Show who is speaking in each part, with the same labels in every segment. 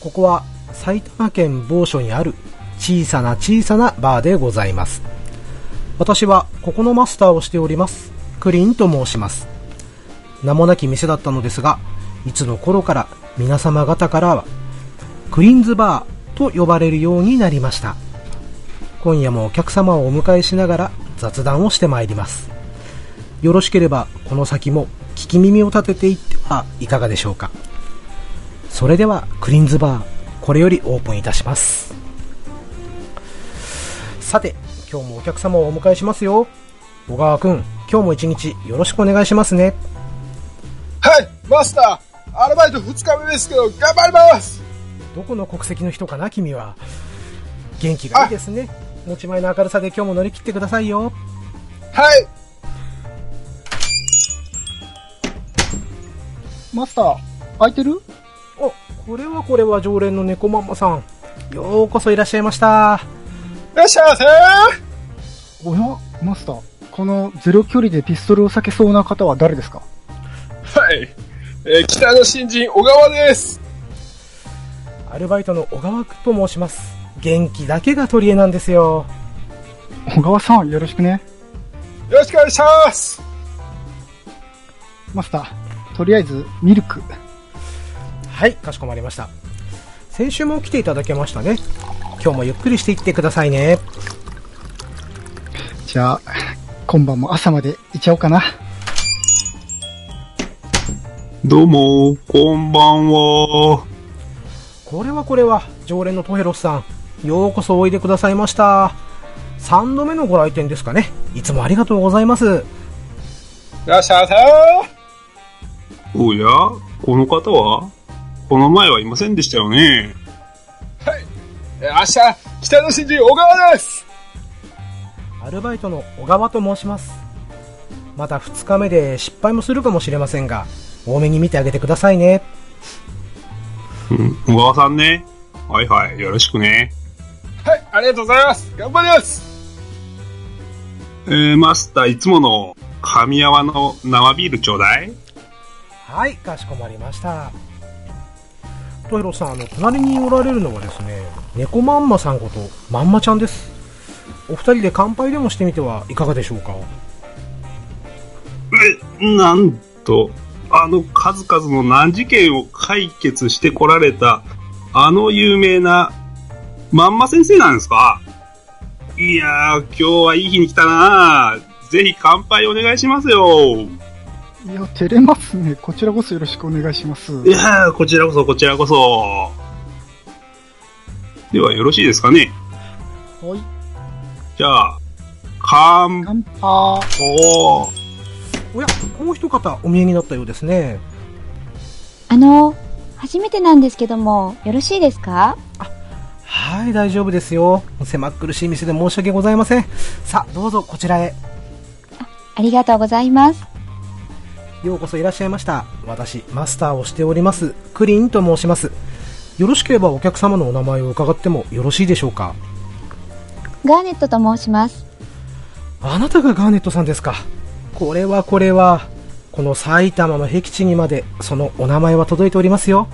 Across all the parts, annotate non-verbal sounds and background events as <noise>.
Speaker 1: ここは埼玉県某所にある小さな小さなバーでございます私はここのマスターをしておりますクリーンと申します名もなき店だったのですがいつの頃から皆様方からはクリーンズバーと呼ばれるようになりました今夜もお客様をお迎えしながら雑談をしてまいりますよろしければこの先も聞き耳を立てていってはいかがでしょうかそれではクリーンズバーこれよりオープンいたしますさて今日もお客様をお迎えしますよ小川君今日も一日よろしくお願いしますね
Speaker 2: はい、マスター、アルバイト2日目ですけど、頑張ります
Speaker 1: どこの国籍の人かな君は元気がいいですね持ち前の明るさで今日も乗り切ってくださいよ
Speaker 2: はい、
Speaker 3: マスター、空いてる
Speaker 1: おこれはこれは常連の猫ママさんようこそいらっしゃいました
Speaker 2: いらっしゃいませ
Speaker 3: おやマスター、このゼロ距離でピストルを避けそうな方は誰ですか
Speaker 2: はい、えー、北の新人、小川です
Speaker 1: アルバイトの小川君と申します元気だけが取り柄なんですよ
Speaker 3: 小川さん、よろしくね。
Speaker 2: よろしくお願いします
Speaker 3: マスター、とりあえず、ミルク。
Speaker 1: はいかしこまりました先週も来ていただけましたね今日もゆっくりしていってくださいね
Speaker 3: じゃあ、今晩も朝までいちゃおうかな。
Speaker 4: どうも、こんばんは。
Speaker 1: これはこれは常連のトヘロスさんようこそおいでくださいました3度目のご来店ですかねいつもありがとうございます
Speaker 2: いらっしゃいま
Speaker 4: おや、この方はこの前はいませんでしたよね。
Speaker 2: せはい、えー、明日、北の新人、小川です
Speaker 1: アルバイトの小川と申しますまた2日目で失敗もするかもしれませんが多めに見てあげてくださいね
Speaker 4: うん、小川さんね。はいはい、よろしくね。
Speaker 2: はい、ありがとうございます頑張ります
Speaker 4: えー、マスター、いつもの神山の生ビールちょうだい。
Speaker 1: はいかしこまりましたトヘロさんあの隣におられるのはですね猫まんまさんことまんまちゃんですお二人で乾杯でもしてみてはいかがでしょうか
Speaker 4: え、なんと、あの数々の難事件を解決してこられた、あの有名な、まんま先生なんですかいやー、今日はいい日に来たなーぜひ乾杯お願いしますよ。
Speaker 3: いや、照れますね。こちらこそよろしくお願いします。
Speaker 4: いやー、こちらこそ、こちらこそ。では、よろしいですかね
Speaker 3: はい、
Speaker 4: じゃあ、乾
Speaker 3: 乾杯。
Speaker 4: 杯。
Speaker 1: おやもう一方お見えになったようですね
Speaker 5: あの、初めてなんですけども、よろしいですか
Speaker 1: はい大丈夫ですよ狭っ苦しい店で申し訳ございませんさあどうぞこちらへ
Speaker 5: ありがとうございます。
Speaker 1: ようこそいらっしゃいました私マスターをしておりますクリーンと申しますよろしければお客様のお名前を伺ってもよろしいでしょうか
Speaker 5: ガーネットと申します。
Speaker 1: あなたがガーネットさんですかこれはこれはこの埼玉の僻地にまでそのお名前は届いておりますよ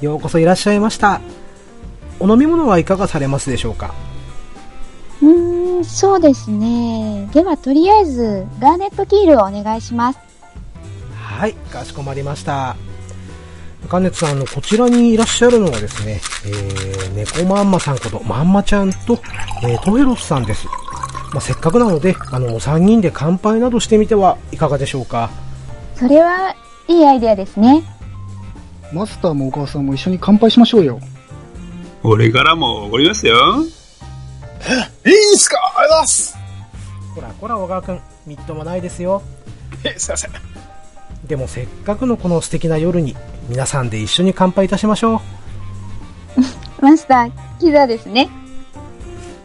Speaker 1: ようこそいらっしゃいましたお飲み物はいかがされますでしょうか
Speaker 5: うーん、そうですね。では、とりあえず、ガーネットキールをお願いします。
Speaker 1: はいかしこまりましたガーネットさんあのこちらにいらっしゃるのはですね、えー、猫まんまさんことまんまちゃんと、えートヘロスさんです、まあ、せっかくなのであの3人で乾杯などしてみてはいかがでしょうか
Speaker 5: それは、いいアイデアですね。
Speaker 3: マスターもお母さんも一緒に乾杯しましょうよ。
Speaker 4: 俺からもおごりますよ。
Speaker 2: いいですかありがとうございます
Speaker 1: こらこら小川君みっともないですよ
Speaker 2: えー、すいません
Speaker 1: でもせっかくのこの素敵な夜に皆さんで一緒に乾杯いたしましょう
Speaker 5: マスター、キザですね。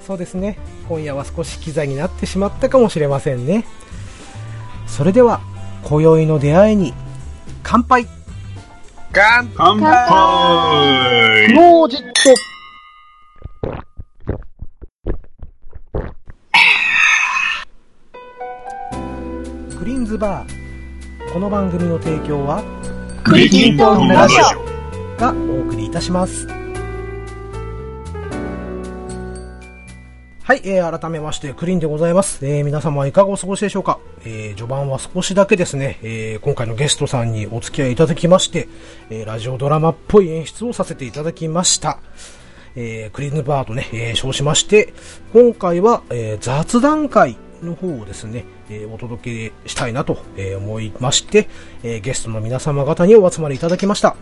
Speaker 1: そうですね今夜は少しキザになってしまったかもしれませんねそれでは今宵の出会いに乾杯
Speaker 2: ガン
Speaker 4: 乾
Speaker 3: ク
Speaker 4: 杯。
Speaker 3: ロージット
Speaker 1: クリーンズバーこの番組の提供は
Speaker 4: クリティン
Speaker 5: ト
Speaker 4: ラジオ。
Speaker 1: がお送りいたしますはい、えー改めまして、クリーンでございます。えー皆様いかがお過ごしでしょうか、えー序盤は少しだけですね、えー今回のゲストさんにお付き合いいただきまして、えーラジオドラマっぽい演出をさせていただきました。えークリーンバーとね、えー称しまして、今回は、えー雑談会の方をですね、えーお届けしたいなと、えー思いまして、えーゲストの皆様方にお集まりいただきました。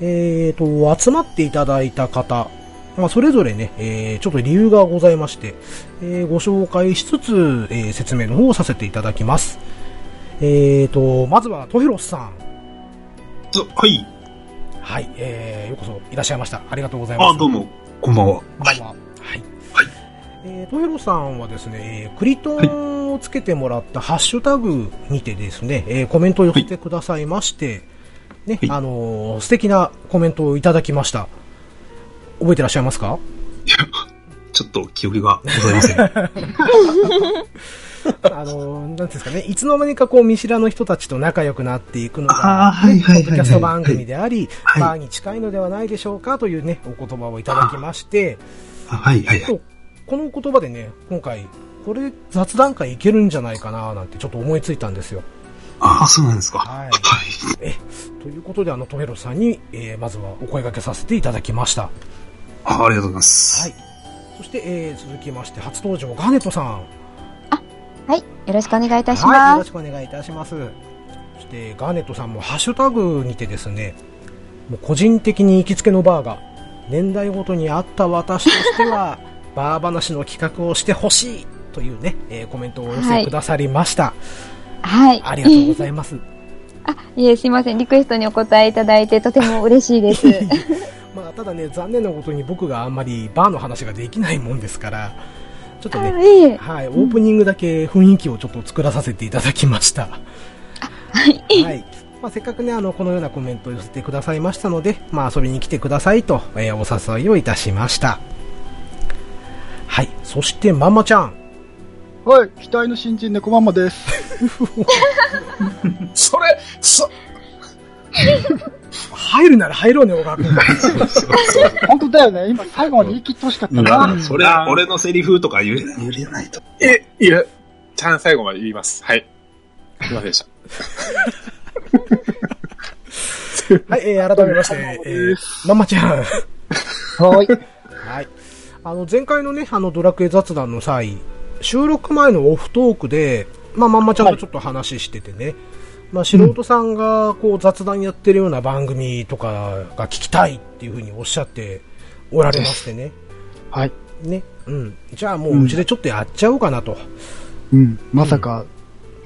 Speaker 1: えー、と、集まっていただいた方、まあ、それぞれね、えーちょっと理由がございまして、えーご紹介しつつ、えー説明の方をさせていただきます。えー、と、まずは、トヘロスさん。
Speaker 4: そはい。
Speaker 1: はい、えー、ようこそいらっしゃいました。ありがとうございます。
Speaker 4: あ、どうも。こんばんは。
Speaker 1: こんばんは。はい。えー、トヘロさんはですね、えークリトンをつけてもらったハッシュタグにてですね、えーコメントを寄せてくださいまして、ね、
Speaker 4: はい
Speaker 1: あのー素敵なコメントをいただきました。覚えてらっしゃいますか
Speaker 4: ちょっと記憶がございません。
Speaker 1: あのー、なんていうんですかね、いつの間にかこう見知らぬ人たちと仲良くなっていくの
Speaker 4: あー
Speaker 1: が、
Speaker 4: はいはいはいはい
Speaker 1: ポッドキャスト番組であり、
Speaker 4: はい
Speaker 1: バーに近いのではないでしょうかというね、お言葉をいただきまして、
Speaker 4: あはいはいはい。
Speaker 1: そうこの言葉でね、今回、これ雑談会いけるんじゃないかななんてちょっと思いついたんですよ。
Speaker 4: ああ、そうなんですか。
Speaker 1: はい
Speaker 4: はい。
Speaker 1: ということで、あの、トヘロさんに、えーまずはお声掛けさせていただきました。
Speaker 4: あありがとうございます。
Speaker 1: はいそして、えー続きまして、初登場、ガーネットさん。
Speaker 5: はい、よろしくお願いいたし
Speaker 1: はい、よ
Speaker 5: ま
Speaker 1: ろ
Speaker 5: す。
Speaker 1: しくお願いいたします。そして、ガーネットさんもハッシュタグにてですね、もう個人的に行きつけのバーが、年代ごとにあった私として <laughs> は、バー話の企画をしてほしいというね、えーコメントをお寄せくださりました。
Speaker 5: はい。
Speaker 1: ありがとうございます。
Speaker 5: あ、いえ、すいません。リクエストにお答えいただいてとても嬉しいです。
Speaker 1: まあ、ただね、残念なことに僕があんまりバーの話ができないもんですから、ちょっと
Speaker 5: あ
Speaker 1: ね、
Speaker 5: いえ、
Speaker 1: はい、オープニングだけ雰囲気をちょっと作らさせていただきました。はい。まあ、せっかくね、あの、このようなコメントを寄せてくださいましたので、まあ、遊びに来てくださいと、えーお誘いをいたしました。はい。そして、ママちゃん。
Speaker 3: はい、期待の新人猫ママです。 <laughs>
Speaker 2: それ、そ、
Speaker 1: 入るなら入ろうね、小川君。
Speaker 3: 本当だよね、今最後まで言い切ってほしかったな。
Speaker 4: それ、俺のセリフとか言え言えないと。
Speaker 2: え、いや、ちゃん最後まで言います。はい。すいませんでした。
Speaker 1: はい、えー改めまして、えーママちゃん。
Speaker 3: はい。
Speaker 1: はい。あの、前回のね、あの、ドラクエ雑談の際、収録前のオフトークで、まあ、まんまちゃんとちょっと話しててね、まあ、素人さんが、こう、雑談やってるような番組とかが聞きたいっていうふうにおっしゃっておられましてね。
Speaker 3: <laughs> はい。
Speaker 1: ね。うん。じゃあもう、うちでちょっとやっちゃおうかなと。
Speaker 3: うん、まさか、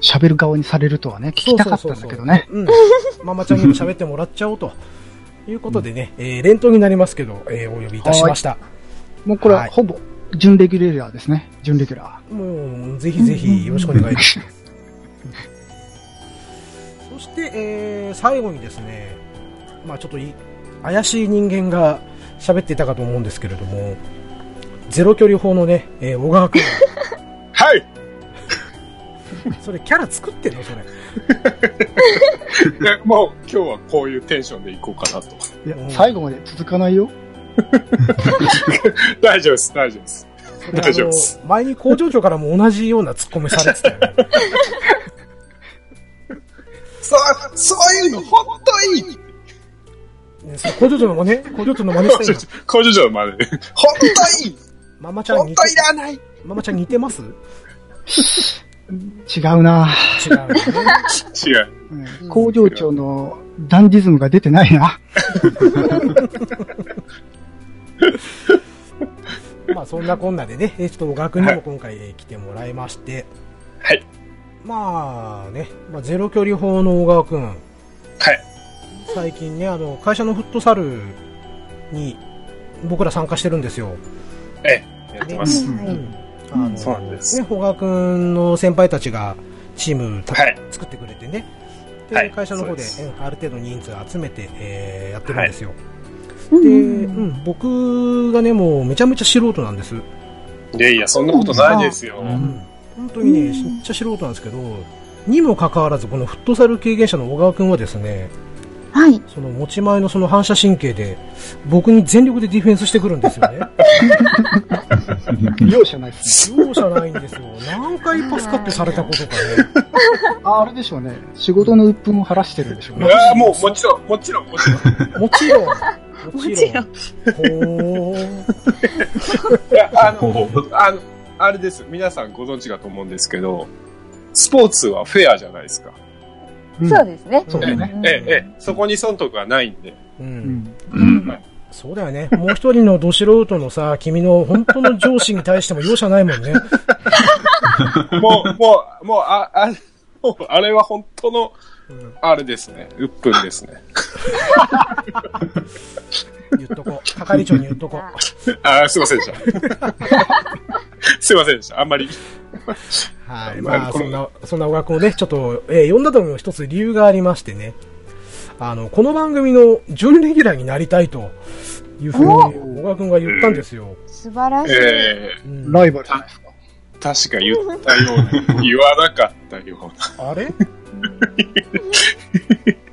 Speaker 3: 喋る側にされるとはね、聞きたかったんだけどね。
Speaker 1: うん。ママちゃんにも喋ってもらっちゃおうと。いうことでね、えー連投になりますけど、えーお呼びいたしました。
Speaker 3: もうこれは
Speaker 1: はい
Speaker 3: ほぼ、準レギュラーですね。準レギュラ
Speaker 1: もう、ぜひぜひよろしくお願いい <laughs> たします。そして、えー最後にですね、まあ、ちょっとい怪しい人間が喋っていたかと思うんですけれども、ゼロ距離法のね、えー小川君、
Speaker 2: はい
Speaker 1: それキャラ作ってんのそれ。
Speaker 2: いやもう今日はこういうテンションでいこうかなと。
Speaker 3: ー。いや、最後まで続かないよ。
Speaker 2: 大丈夫です、大丈夫です。
Speaker 1: それ
Speaker 2: 大丈夫です
Speaker 1: あの前に工場長からも同じようなツッコミされてたよね。
Speaker 2: そう、そういうの本当いい
Speaker 1: ねそう工場長の真似工場長の真似したいな
Speaker 2: 工場長の真似。本当いい
Speaker 1: ママちゃん
Speaker 2: 本
Speaker 1: 似て
Speaker 2: 当い、らない
Speaker 1: ママちゃん似てます違
Speaker 3: 違うな、
Speaker 1: うよね。
Speaker 2: 違う。
Speaker 3: うん工場長のダンディズムが出てないな。
Speaker 1: まあそんなこんなでね、えーちょっと小川君にも今回えー来てもらいまして、
Speaker 2: はい。
Speaker 1: まあね、まあ、ゼロ距離法の小川君、
Speaker 2: はい。
Speaker 1: 最近ねあの会社のフットサルに僕ら参加してるんですよ、
Speaker 2: ええ、やってます。
Speaker 5: はいはい
Speaker 1: あの
Speaker 2: そうなんです
Speaker 1: ね、小川君の先輩たちがチームた
Speaker 2: はい
Speaker 1: 作ってくれてねで、
Speaker 2: はい
Speaker 1: 会社の方で
Speaker 2: そう
Speaker 1: うんある程度人数集めて、えーやってるんですよ、
Speaker 5: うん
Speaker 1: で、
Speaker 5: うん
Speaker 1: う。ん、僕がねもうめちゃめちゃ素人なんです、
Speaker 2: いやいや、そんなことないですよ。
Speaker 1: うんん本当にね、
Speaker 5: うん
Speaker 1: めっちゃ素人なんですけどにもかかわらずこのフットサル経験者の小川君はですね
Speaker 5: はい。
Speaker 1: その持ち前のその反射神経で、僕に全力でディフェンスしてくるんですよね。
Speaker 3: 容赦ないですね。
Speaker 1: 容赦ないんですよ。何回パスカットされたことかね。
Speaker 3: あ、あれでしょうね。仕事の鬱憤を晴らしてるんでしょうね。
Speaker 2: ああ、もう、もちろん、もちろん、もちろん。
Speaker 1: もちろん。も
Speaker 6: もちろん。
Speaker 1: ほー
Speaker 2: いや、あ
Speaker 4: <laughs>
Speaker 2: の、
Speaker 4: おー
Speaker 2: あの、あれです。皆さんご存知かと思うんですけど、スポーツはフェアじゃないですか。
Speaker 3: うん
Speaker 6: そうですね。
Speaker 3: そうだね。
Speaker 2: ええ、ええ、そこに損得はないんで。
Speaker 1: う。
Speaker 3: うんん。
Speaker 4: うん。
Speaker 1: そうだよね。もう一人のど素人のさ、君の本当の上司に対しても容赦ないもんね。
Speaker 2: もう、もう、もう、あ、あ、もうあれは本当の
Speaker 1: うん、
Speaker 2: あれですね。うっぷんですね。
Speaker 1: 言っとこう。係長に言っとこう。
Speaker 2: ああ、すいませんでした。
Speaker 1: <laughs>
Speaker 2: すいませんでした。あんまり。
Speaker 1: はい。
Speaker 2: まあ
Speaker 1: まあ、
Speaker 2: こ
Speaker 1: そ
Speaker 2: の
Speaker 1: んな、そんな小川君をね、ちょっと、えー呼んだとも一つ理由がありましてね。あの、この番組の準レギュラーになりたいというふうに、小川君が言ったんですよ。
Speaker 5: 素晴らしい。
Speaker 2: ええ
Speaker 1: うん
Speaker 3: ライバルじゃないですか。
Speaker 2: 確か言ったような、言わなかったような。
Speaker 1: あ
Speaker 2: <laughs>
Speaker 1: れ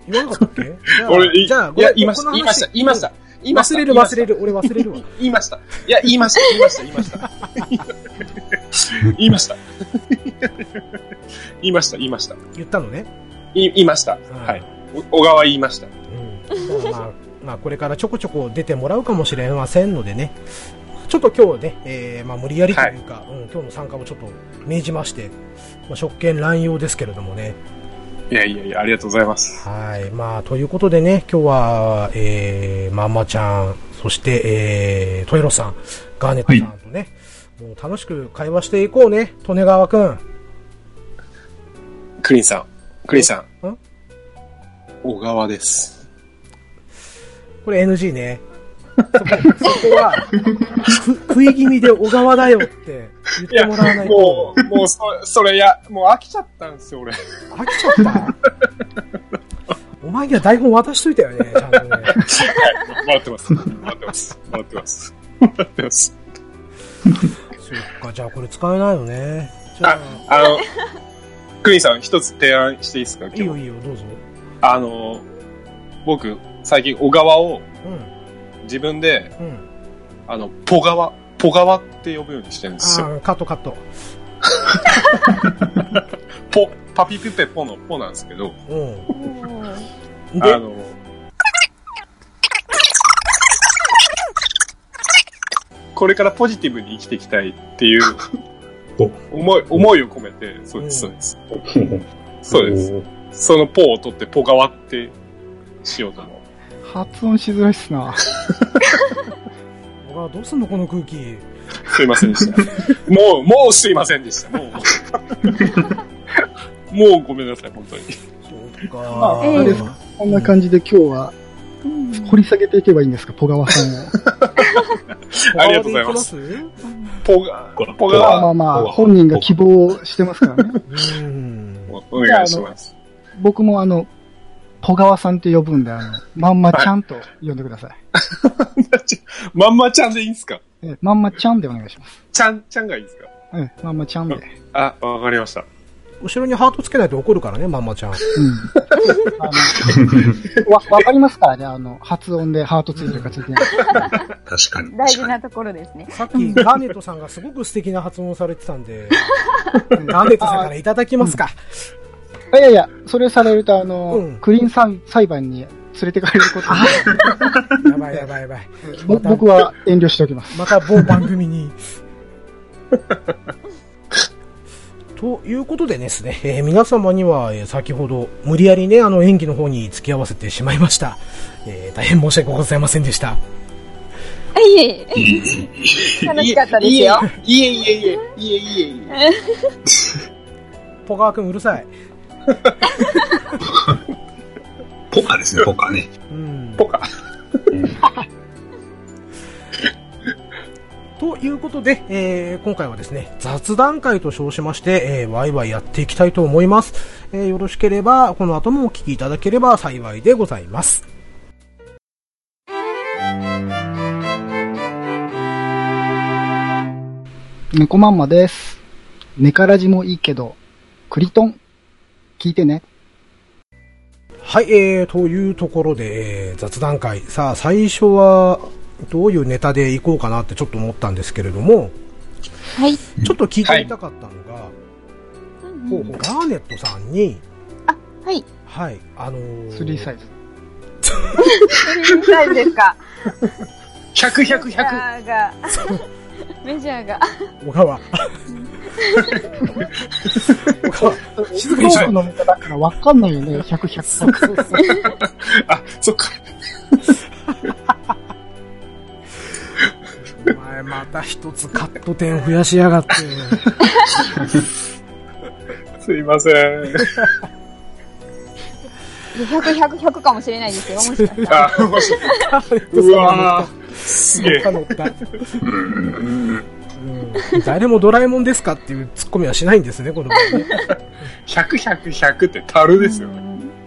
Speaker 1: 言わなかったっけじゃあ
Speaker 2: 俺、い
Speaker 1: じゃあ、
Speaker 2: いや、言いました、言いました、言いました。言いまし
Speaker 1: 忘
Speaker 2: た
Speaker 1: れる忘れる、俺忘れるわ。
Speaker 2: 言いました。いや、言いました、言いました、言いました。言いました。言いました、言いました。
Speaker 1: 言ったのね。
Speaker 2: 言い言いました。はい。お小川言いました。
Speaker 1: うん。まあ、まあ、まあこれからちょこちょこ出てもらうかもしれませんのでね。ちょっと今日ね、えーまあ無理やりというか、うん、今日の参加もちょっと命じまして、まあ、職権乱用ですけれどもね。
Speaker 2: いやいやいや、ありがとうございます。
Speaker 1: はい。まあ、ということでね、今日は、えー、まんまちゃん、そして、えー、トエロさん、ガーネットさんとね、もう楽しく会話していこうね、利根川くん。
Speaker 2: クリンさん。クリンさん。
Speaker 1: ん
Speaker 2: 小川です。
Speaker 1: これ NG ね。そこ、そこは、く <laughs> 食い気味で小川だよって言ってもらわないと
Speaker 2: も。う、もう、それ、それや、もう飽きちゃったんです
Speaker 1: <laughs>
Speaker 2: よ、俺。
Speaker 1: 飽きちゃった。お前には台本渡しといたよ
Speaker 2: <laughs>
Speaker 1: ね、ちゃんとね。
Speaker 2: 笑ってます。笑ってます。笑ってます。笑ってます。
Speaker 1: そっか、じゃあこれ使えないよね。じゃあ、
Speaker 2: あの、クリンさん、一つ提案していいですか、今
Speaker 1: いいよ
Speaker 2: 日。
Speaker 1: いいよ、どうぞ。
Speaker 2: あの、僕、最近小川を、
Speaker 1: うん、
Speaker 2: 自分で、
Speaker 1: うん。
Speaker 2: あの、ポガワ、ポガワって呼ぶようにしてるんですよ。
Speaker 1: ああ、カットカット。
Speaker 2: ポ、パピプペポのポなんですけど、
Speaker 1: う
Speaker 5: おー
Speaker 1: ん。
Speaker 2: あ
Speaker 1: で、
Speaker 2: の、これからポジティブに生きていきたいっていう
Speaker 4: お
Speaker 2: 思い、思いを込めて、そうです、そうです。そうです。そのポを取ってポガワってしようと思う。
Speaker 3: 発音しづらいっすな。
Speaker 1: 小川どうすんの、この空気。
Speaker 2: すいませんで <laughs> した。もう、もうすいませんでした。もう。 <laughs> もうごめんなさい、本当に。
Speaker 1: そう
Speaker 3: ま
Speaker 1: か
Speaker 3: あ。
Speaker 5: ええ
Speaker 3: ですかこんな感じで今日は
Speaker 5: うん
Speaker 3: 掘り下げていけばいいんですか、ポガワさんを。
Speaker 2: ありがとうございます
Speaker 1: 小川で行き
Speaker 2: ポガ、ポガ
Speaker 4: あ
Speaker 3: まあ
Speaker 2: ワ
Speaker 3: まあまあ、
Speaker 4: ポガワ
Speaker 3: 本人が希望してますからね。
Speaker 1: ますうん。
Speaker 2: おお願いします。
Speaker 3: 僕もあの、ポガワさんって呼ぶんで、あの、まんまちゃんと呼んでください。
Speaker 2: まんまちゃんでいいんすか
Speaker 3: えまんまちゃんでお願いします。
Speaker 2: ちゃん、ちゃんがいいんすか
Speaker 3: えまんまちゃんで。うん。
Speaker 2: あ、わかりました。
Speaker 1: 後ろにハートつけないと怒るからね、まんまちゃん。
Speaker 3: あの、わ、わかりますからね、あの、発音でハートついてるかついてないか。
Speaker 4: 確かに。
Speaker 6: 大
Speaker 4: 確
Speaker 6: 事
Speaker 4: かに。
Speaker 6: なところですね。
Speaker 1: さっき、ガーネットさんがすごく素敵な発音をされてたん
Speaker 2: <laughs>
Speaker 1: で、ガーネットさんからいただきますか。
Speaker 3: いやいや、それされると、あの、
Speaker 1: うん
Speaker 3: クリーンさん裁判に連れてかれること
Speaker 1: やばいやばいやばい。
Speaker 3: で、ぼ僕は遠慮しておきます。
Speaker 1: また某番組に。 <laughs> ということでですね、えー皆様には、えー先ほど無理やりね、あの演技の方に付き合わせてしまいました。えー大変申し訳ございませんでした。
Speaker 6: あいえいえ。楽しかったですよ。
Speaker 2: いえいえいえ、いえいえいえ。
Speaker 1: ポカー君うるさい。
Speaker 4: ポカですね、ポカね。
Speaker 1: うん。
Speaker 2: ポカ。
Speaker 1: <laughs> ということで、えー今回はですね、雑談会と称しまして、えーワイワイやっていきたいと思います。えーよろしければ、この後もお聞きいただければ幸いでございます。
Speaker 3: 猫まんまです。ネカラジもいいけど、クリトン、聞いてね。
Speaker 1: はい、えー、というところで、えー雑談会。さあ、最初は、どういうネタでいこうかなってちょっと思ったんですけれども、
Speaker 6: はい。
Speaker 1: ちょっと聞いてみたかったのが、ほうほうガーネットさんに、
Speaker 6: はい。
Speaker 1: はい、あのー、
Speaker 3: スリーサイズ。
Speaker 6: それ見たいですか。
Speaker 2: 100、100、
Speaker 6: メジ
Speaker 2: 100。
Speaker 6: ャーが。メジャーが。
Speaker 1: 小川。小川。
Speaker 3: 静かにしのネタだからわかんないよね。100、100、100。
Speaker 2: あ、そっか。
Speaker 1: お前また一つカット点増やしやがって。
Speaker 2: すいません。 <laughs>
Speaker 6: 100、100、100かもしれないですよ。もしかしたら。
Speaker 2: あ、もし。うわぁ、すげえ。
Speaker 1: 乗った乗ったうん誰もドラえもんですかっていうツッコミはしないんですね、この場合ね。
Speaker 2: 100、100、100って樽ですよね。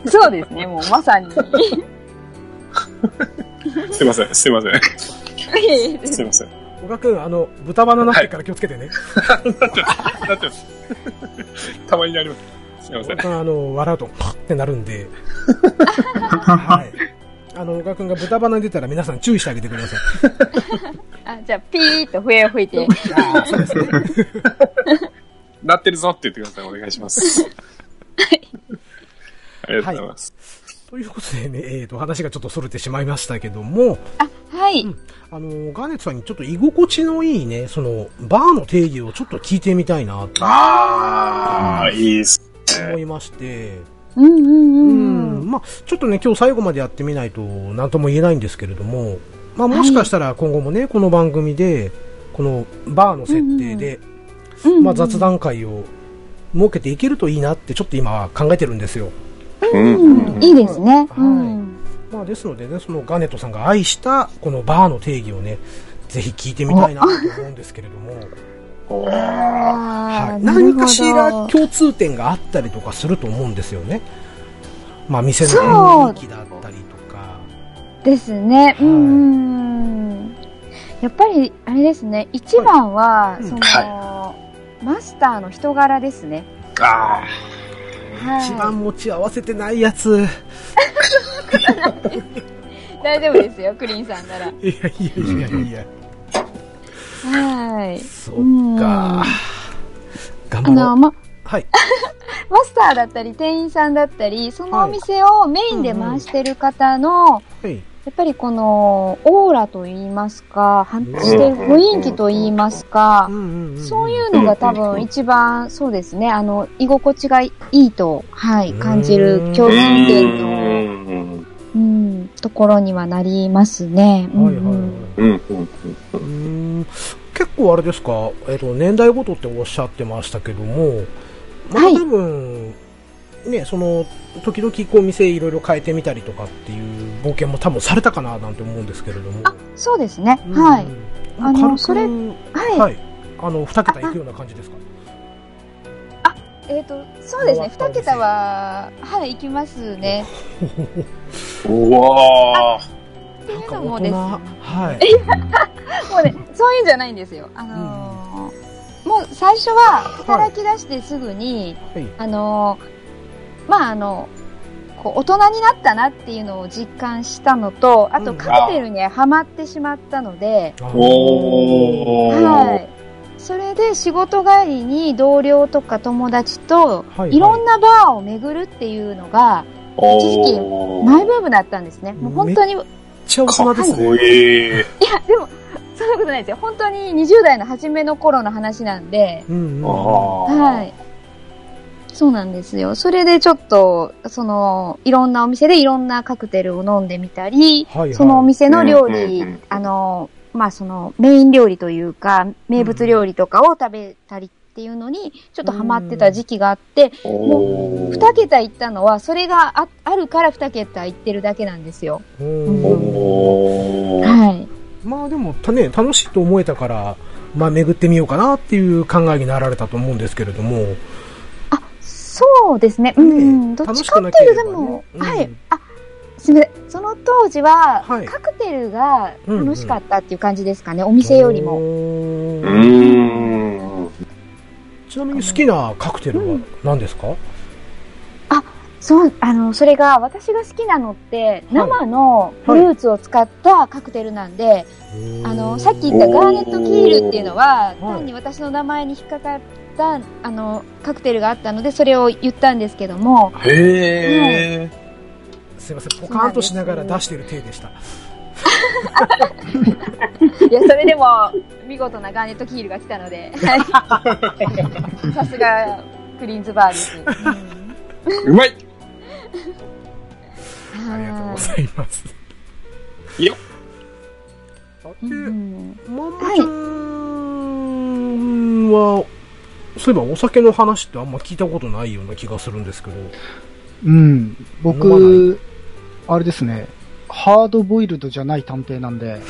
Speaker 6: そうですね。もうまさに。
Speaker 2: すいません、すいません、すいません。
Speaker 1: 小川くん、あの、豚バナなってから気をつけてね。
Speaker 2: なってます。たまになります。すいませ
Speaker 1: 小
Speaker 2: ん。
Speaker 1: 川くん、あの、笑うと、パッってなるんで。はい。あの、小川くんが豚バナに出たら皆さん注意してあげてください。
Speaker 6: <laughs> あ、じゃあ、ピーッと笛を吹いて。
Speaker 2: なってるぞって言ってください。お願いします。ありがとうございます。
Speaker 1: ということでね、えっ、と、話がちょっと逸れてしまいましたけども、
Speaker 6: はい。
Speaker 1: あの、ガーネットさんにちょっと居心地のいいね、その、バーの定義をちょっと聞いてみたいなと
Speaker 2: ああ、いいっす。
Speaker 1: 思いまして、
Speaker 5: うんうん
Speaker 1: う
Speaker 5: うん。
Speaker 1: ん、まあちょっとね、今日最後までやってみないと何とも言えないんですけれども、まあもしかしたら今後もね、この番組で、このバーの設定で、
Speaker 5: うん
Speaker 1: まあ雑談会を設けていけるといいなってちょっと今は考えてるんですよ。
Speaker 5: うんいいですね。
Speaker 1: はい
Speaker 5: うん。
Speaker 1: まあですのでね、そのガーネットさんが愛したこのバーの定義をね、ぜひ聞いてみたいなと思うんですけれど
Speaker 5: <laughs>
Speaker 1: も、
Speaker 5: あ
Speaker 1: は
Speaker 5: ー
Speaker 1: い、
Speaker 5: なる
Speaker 1: 何
Speaker 5: ほど
Speaker 1: かしら共通点があったりとかすると思うんですよね。まあ、店の雰囲気だったりとか。
Speaker 5: ですね。
Speaker 1: い
Speaker 5: うんうん。やっぱり、あれですね。一番は、
Speaker 1: い
Speaker 5: その、
Speaker 2: は
Speaker 5: マスターの人柄ですね。
Speaker 2: あ
Speaker 5: はい。
Speaker 1: 一番持ち合わせてないやつ。
Speaker 6: 大丈夫ですよ、クリンさんなら。
Speaker 1: いやいやいやいや。
Speaker 5: はい。
Speaker 1: そっ
Speaker 5: うん
Speaker 1: か。頑張
Speaker 5: あの、
Speaker 1: ろう。
Speaker 5: ま、
Speaker 1: はい。
Speaker 5: マスターだったり、店員さんだったり、そのお店をメインで回してる方の、
Speaker 1: はい。
Speaker 5: やっぱりこの、オーラと言いますか、反応してる雰囲気と言いますか
Speaker 1: うん、うんうん。
Speaker 5: そういうのが多分一番、そうですね、あの、居心地がいいと、はい、感じる共通点の、
Speaker 2: ん。
Speaker 5: うん、ところにはなりますね。うん
Speaker 1: はいはいはい。
Speaker 2: うん。うん。
Speaker 1: うーん結構あれですか、えっと年代ごとっておっしゃってましたけども、まあ、
Speaker 5: はい
Speaker 1: 多分、ね、その時々こう店いろいろ変えてみたりとかっていう冒険も多分されたかななんて思うんですけれども、
Speaker 5: あ、そうですね
Speaker 1: う。ん
Speaker 5: はい。。
Speaker 1: ま
Speaker 5: あの
Speaker 1: 軽く
Speaker 5: それはい。
Speaker 1: はい、あの2桁いくような感じですか。
Speaker 5: えっと、そうで
Speaker 1: 終
Speaker 5: すね、
Speaker 1: わった
Speaker 5: 2
Speaker 1: お店
Speaker 5: 桁は、はい、行きますね。
Speaker 2: うわー
Speaker 5: ってい
Speaker 1: な
Speaker 5: う
Speaker 1: ん
Speaker 5: の
Speaker 1: か
Speaker 5: も
Speaker 1: 大
Speaker 5: で
Speaker 1: 人
Speaker 5: すね。
Speaker 1: はい。
Speaker 6: もうね、
Speaker 5: そういうんじゃないんですよ。あのーもう最初は働き出してすぐに、
Speaker 1: はい
Speaker 5: あのーまああの、こう大人になったなっていうのを実感したのと、あ
Speaker 1: う
Speaker 5: と
Speaker 1: ん
Speaker 5: カクテルにはまってしまったので、
Speaker 1: あー
Speaker 2: おー。
Speaker 5: はい。それで仕事帰りに同僚とか友達と
Speaker 1: はい
Speaker 5: いろんなバーを巡るっていうのが
Speaker 2: お
Speaker 5: 一時期マイブームだったんですね。もう本当に、いや、
Speaker 1: めっちゃ大人ですね。
Speaker 2: おいい。。
Speaker 5: でも、そんなことないですよ。本当に20代の初めの頃の話なんで、
Speaker 1: うんうんうん
Speaker 5: はいい。そうなんですよ。それでちょっと、その、いろんなお店でいろんなカクテルを飲んでみたり、
Speaker 1: はいはい
Speaker 5: そのお店の料
Speaker 2: うんうん
Speaker 5: 理、
Speaker 2: うん
Speaker 5: あの、まあその、メイン料理というか、名物料理とかを食べたりっていうのに、ちょっとハマってた時期があって、
Speaker 2: おー。
Speaker 5: 二桁行ったのは、それがああるから二桁行ってるだけなんですよ。
Speaker 1: うん
Speaker 2: おー。
Speaker 5: はい。
Speaker 1: まあでもたね楽しいと思えたから。まあ、巡ってみようかなっていう考えになられたと思うんですけれども、
Speaker 5: そうですね。うん、うん。どっちかっていうと、でも、
Speaker 1: 楽しくなければね
Speaker 5: はい。
Speaker 1: うん
Speaker 5: あ、すみません。その当時は、
Speaker 1: はい
Speaker 5: カクテルが
Speaker 1: うんうん
Speaker 5: 楽しかったっていう感じですかね。お店よりも。
Speaker 1: も
Speaker 2: うーん。
Speaker 1: ちなみに好きなカクテルは何ですか、
Speaker 5: そそう、あの、それが私が好きなのって、生のフルーツを使ったカクテルなんで、あの、さっき言ったガーネットキールっていうのは、
Speaker 1: おー
Speaker 5: 単に私の名前に引っかかった、あの、カクテルがあったので、それを言ったんですけども、
Speaker 2: へえ。
Speaker 1: すいませんポカーンとしながら出してる体でした
Speaker 5: いや、それでも、見事なガーネットキールが来たので、さすが、クリーンズバーです。
Speaker 2: うまい。
Speaker 1: ありがとうございます
Speaker 2: いいよ
Speaker 1: で
Speaker 5: うん
Speaker 1: まんまちゃんはそういえばお酒の話ってあんま聞いたことないような気がするんですけど
Speaker 3: う
Speaker 1: 飲
Speaker 3: ん。僕、あれですね、ハードボイルドじゃない探偵なんで、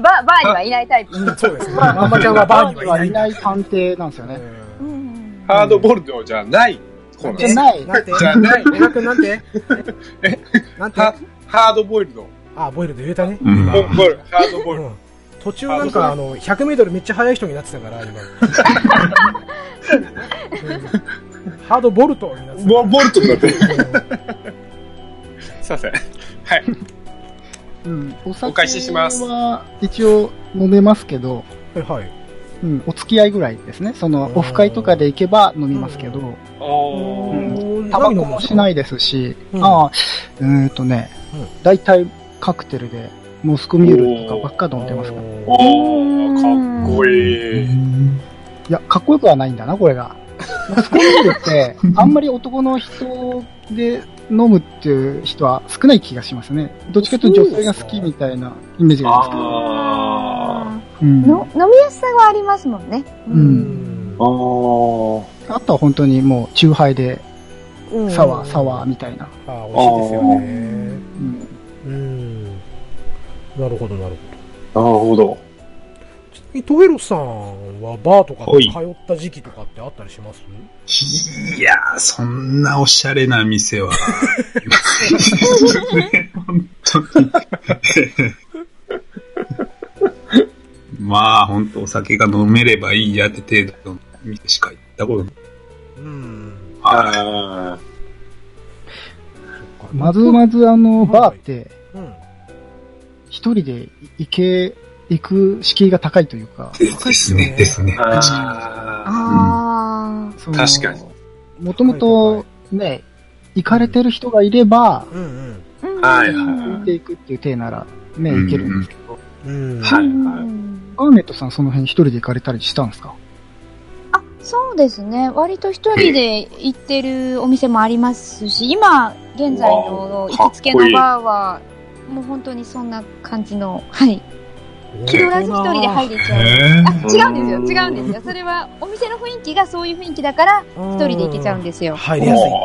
Speaker 5: ババーにはいないタイプ。
Speaker 1: そうです <laughs> ねまんまちゃんはバーにはい
Speaker 3: い
Speaker 1: ない
Speaker 3: ない探偵なんですよね。
Speaker 5: うん
Speaker 2: ハードボルドじゃない。コーナ
Speaker 3: じ
Speaker 2: ー
Speaker 3: ゃない。
Speaker 1: なんて
Speaker 2: じゃない。
Speaker 1: 小川君なんてなんて
Speaker 2: ハハードボイルド。
Speaker 1: あボイルで言えたね、
Speaker 4: うん
Speaker 2: ボボイルハードボイル
Speaker 1: う
Speaker 2: ド。
Speaker 1: ん途中なんかあの100メートルめっちゃ速い人になってたから <laughs> 今うんハードボルトになってた
Speaker 2: ボボルトになってる。
Speaker 1: うん
Speaker 2: すいません。はい。
Speaker 3: うん。お酒
Speaker 2: お返しします
Speaker 3: は一応飲めますけど、
Speaker 1: はいはい
Speaker 3: うん、お付き合いぐらいですね。その、オフ会とかで行けば飲みますけど、
Speaker 2: おー。
Speaker 3: タバコもしないいですし、
Speaker 1: うん
Speaker 3: ああ、うーんとね
Speaker 1: う、
Speaker 3: 大体カクテルで、モスコミュールとかばっか飲んでますから。
Speaker 1: お
Speaker 2: おー、かっこいい。
Speaker 3: いや、かっこよくはないんだな、これが。マスコミュ
Speaker 1: <laughs>
Speaker 3: ールって、あんまり男の人で飲むっていう人は少ない気がしますね。どっちかというと女性が好きみたいなイメージがあ
Speaker 2: あ
Speaker 3: りますけど。うん
Speaker 5: の飲みやすさはありますもんね。
Speaker 3: うん
Speaker 2: ー。ああ。
Speaker 3: あとは本当にもう、チューハイで、
Speaker 1: うん
Speaker 3: サワー、サワーみたいな。
Speaker 1: あー美味しいですよね
Speaker 3: うん
Speaker 1: うんなるほどなるほど
Speaker 2: なるほど。
Speaker 1: ちなみにトヘロスさんはバーとか
Speaker 4: はい
Speaker 1: 通った時期とかってあったりします
Speaker 4: いやー、そんなおしゃれな店は。 <laughs> 本当に。まあ、本当お酒が飲めればいいやって程度の店しか行ったことない。
Speaker 1: うん
Speaker 2: あ
Speaker 3: まずまず、あの、バーって、
Speaker 1: うん
Speaker 3: 一人で行け、行く敷居が高いというか、
Speaker 4: ですね、ですね。
Speaker 2: あ。
Speaker 5: あ
Speaker 3: その
Speaker 2: 確かに。
Speaker 3: もともと、ね、行かれてる人がいれば、
Speaker 1: うん
Speaker 5: あ。
Speaker 2: はい
Speaker 3: 浮い
Speaker 2: は
Speaker 3: ていくっていう体なら、ね、
Speaker 4: うん
Speaker 3: いけるんですけど、
Speaker 1: うんうん
Speaker 2: はい
Speaker 3: ガーネットさんその辺一人で行かれたりしたんですか
Speaker 5: あ、そうですね。割と一人で行ってるお店もありますし、今、現在の行きつけのバーは、もう本当にそんな感じの、はい。気取らず一人で入れちゃう。あ、違うんですよ、違うんですよ。それは、お店の雰囲気がそういう雰囲気だから、一人で行けちゃうんですよ。
Speaker 1: 入りやすいっていう感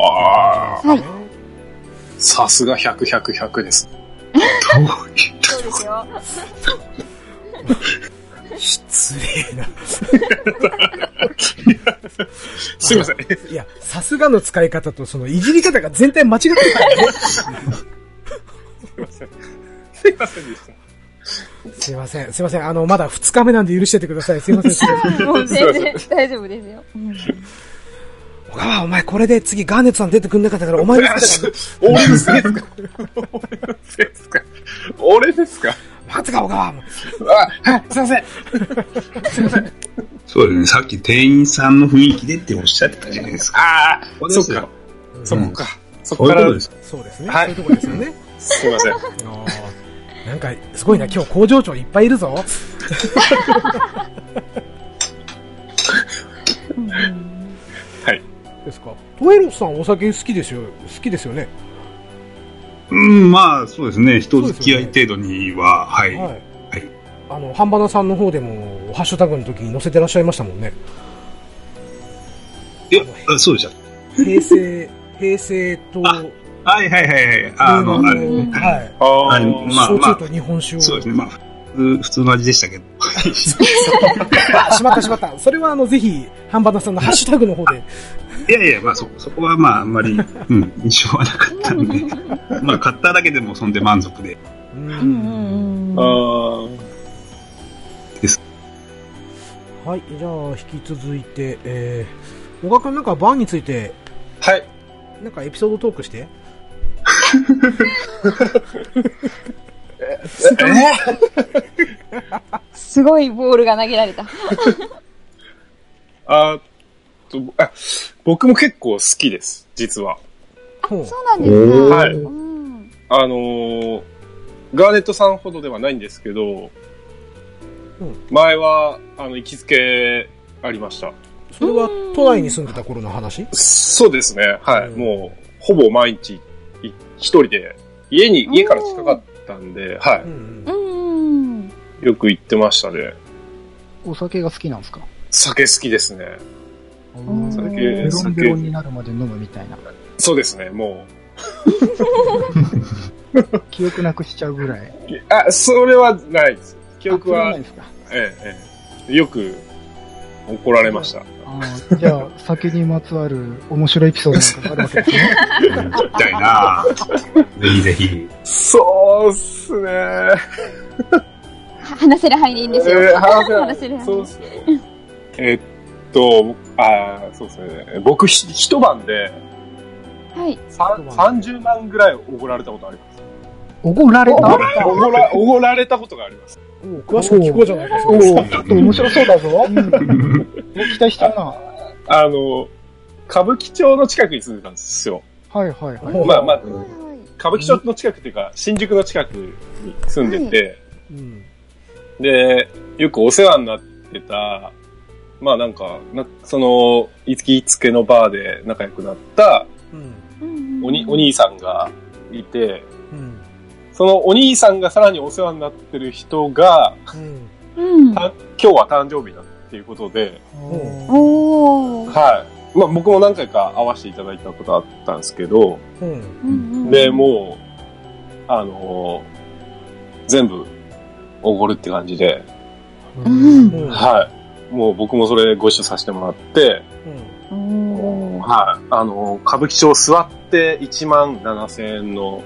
Speaker 1: じなんですね
Speaker 2: い。さすが100、100、100です。
Speaker 5: そうです <laughs> よ。
Speaker 1: 失礼な
Speaker 2: すいません。
Speaker 1: いやさすがの使い方とそのいじり方が全体間違ってたね
Speaker 2: すいませんでした。
Speaker 1: すいませんすいませんあのまだ2日目なんで許しててくださいすい
Speaker 2: <laughs>
Speaker 1: ません
Speaker 5: もう全然大丈夫ですよ。うん
Speaker 1: 小川お前これで次ガーネットさん出てくんなかったからお前のせいだから
Speaker 2: 俺のせいですか俺のせいですか俺ですか <laughs>
Speaker 1: 分かったか小川
Speaker 2: あ、はい、すいません。
Speaker 4: そうですね、さっき店員さんの雰囲気でっておっしゃってたじゃないですか。
Speaker 2: ああ、
Speaker 4: ここ
Speaker 2: そ
Speaker 4: で
Speaker 2: っ
Speaker 4: す
Speaker 2: か
Speaker 4: よ。
Speaker 2: そ
Speaker 4: うん
Speaker 2: っか。そ
Speaker 4: そう
Speaker 2: っ
Speaker 4: いう
Speaker 2: か
Speaker 4: こと
Speaker 2: ら
Speaker 4: で、す。
Speaker 1: そうですね、
Speaker 2: は
Speaker 1: そう
Speaker 2: い
Speaker 1: いうとこですよね
Speaker 2: すいません。
Speaker 1: あーなんかすごいな今日工場長いっぱいいるぞ
Speaker 2: はい。
Speaker 1: ですかトエロスさんお酒好きですよ好きですよね
Speaker 4: うん、まあ、そうですね、人付き合い程度には、はい。
Speaker 1: はい、
Speaker 4: はい
Speaker 1: あの半ばなさんの方でもハッシュタグの時に載せてらっしゃいましたもんね
Speaker 4: いや、あそうでした。
Speaker 1: 平成平成と
Speaker 4: あはいはいはいはい。ああの、あれですね。
Speaker 1: はい
Speaker 2: ああ、
Speaker 4: はいまあ
Speaker 1: 焼
Speaker 4: ま
Speaker 1: 酎
Speaker 4: あ
Speaker 1: と、日本酒を、
Speaker 4: そうですね、まあ、普通普通の味でしたけど。
Speaker 1: あしまったしまったそれはあのぜひ半ばなさんのハッシュタグの方で
Speaker 4: いやいや、まあそ、そこはまあ、あんまり、うん、印象はなかったんで。まあ、買っただけでも、そんで満足で。
Speaker 1: う
Speaker 5: うんうんう
Speaker 2: あ
Speaker 5: ん
Speaker 1: はいじゃあ引き続いてえー小川君なんかバーについて
Speaker 2: はい。
Speaker 1: なんかエピソードトークして。
Speaker 5: すごいボールが投げられた。
Speaker 2: あと、あ、僕も結構好きです、実は。
Speaker 1: ほう
Speaker 5: そうなんですか。
Speaker 2: はい
Speaker 5: うん。
Speaker 2: あのーガーネットさんほどではないんですけど、
Speaker 1: うん
Speaker 2: 前は、あの、行きつけありました。
Speaker 1: それは都内に住んでた頃の話
Speaker 2: そうですね。はい。
Speaker 1: うん
Speaker 2: もう、ほぼ毎日、い一人で、家に、家から近かったんで、は
Speaker 1: うん
Speaker 5: うんうんうん。
Speaker 2: い。よく行ってましたね。
Speaker 3: お酒が好きなんですか
Speaker 2: 酒好きですね。
Speaker 5: ん
Speaker 3: それ
Speaker 5: 酒
Speaker 3: ベロン
Speaker 2: 酒
Speaker 3: ベロンになるまで飲むみたいな。
Speaker 2: そうですね、も
Speaker 3: 記憶なくしちゃうぐらい。
Speaker 2: う。あ、それはないです。記憶
Speaker 3: あ
Speaker 2: は
Speaker 3: そうなん、ですか。
Speaker 2: ええ、ええ。よく怒られました。
Speaker 3: あーじゃあ、酒にまつわる面白いエピソードなんかがあるわけですね。
Speaker 4: みたいな。ぜひぜひ。
Speaker 2: そうっすね。
Speaker 5: 話せる範囲でいいんですよ。
Speaker 2: えー話せない
Speaker 5: 話せる範囲。
Speaker 2: そうっすね。えっと、あーそうですね。僕、ひ一晩で
Speaker 5: はい。
Speaker 2: さん30万ぐらいおごられたことあります。
Speaker 3: <laughs> おごられた
Speaker 2: おごら、おごられたことがあります。
Speaker 1: おう詳しく聞こうじゃないか、
Speaker 3: お
Speaker 1: そ
Speaker 3: お
Speaker 1: れ
Speaker 3: ちょっと面白そうだぞ。期待しちゃうな。は
Speaker 2: あの、歌舞伎町の近くに住んでたんですよ。
Speaker 3: いはいはい。
Speaker 1: ほう
Speaker 2: まあまあ、
Speaker 5: はい
Speaker 2: 歌舞伎町の近くっていうか、新宿の近くに住んでて、
Speaker 1: うん
Speaker 2: で、よくお世話になってた、まあなんか、なその、いつきいつけのバーで仲良くなった
Speaker 1: うん
Speaker 5: うん
Speaker 2: おにお兄さんがいて、
Speaker 1: うん
Speaker 2: そのお兄さんがさらにお世話になってる人が、
Speaker 1: うん
Speaker 5: うん。
Speaker 2: た今日は誕生日だっていうことで、
Speaker 1: ほ
Speaker 5: おー。
Speaker 2: はい。まあ僕も何回か会わせていただいたことあったんですけど、
Speaker 1: ううん
Speaker 5: うんうん
Speaker 2: で、もう、あのー全部おごるって感じで、
Speaker 5: うん
Speaker 1: うん
Speaker 2: はい。もう僕もそれご一緒させてもらって、
Speaker 1: うん
Speaker 5: おー。
Speaker 2: はい。あのー歌舞伎町座って1万7000円の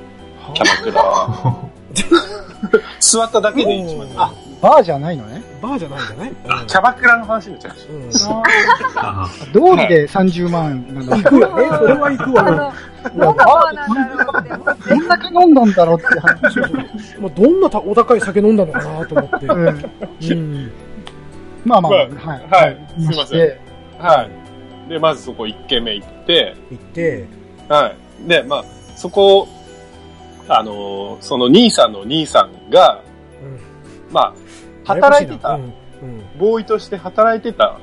Speaker 2: キャバクラ。 <laughs> 座っただけで1万
Speaker 1: あ
Speaker 3: バーじゃないのね。
Speaker 1: バーじゃないんじゃない
Speaker 2: あ、キャバクラの話になっちゃいまし
Speaker 1: うんうん
Speaker 4: あ
Speaker 3: 道理で30万なのに。
Speaker 1: 行くわえそれは行く
Speaker 5: あ
Speaker 1: わ
Speaker 5: の、どんなバーなんだろうって思って。
Speaker 3: どんだけ飲んだんだろうって話。
Speaker 1: もうどんなたお高い酒飲んだのかなと思って
Speaker 3: うん
Speaker 1: うん
Speaker 3: まあまあ、はい。
Speaker 2: た。はい。すいません。
Speaker 3: で
Speaker 2: はい。で、まずそこ1軒目行って、
Speaker 1: 行って
Speaker 2: はい。で、まあ、そこ、あのーその兄さんの兄さんが、
Speaker 1: うん
Speaker 2: まあ、働いて
Speaker 1: う
Speaker 2: た、
Speaker 1: んうん
Speaker 2: ボーイとして働いてた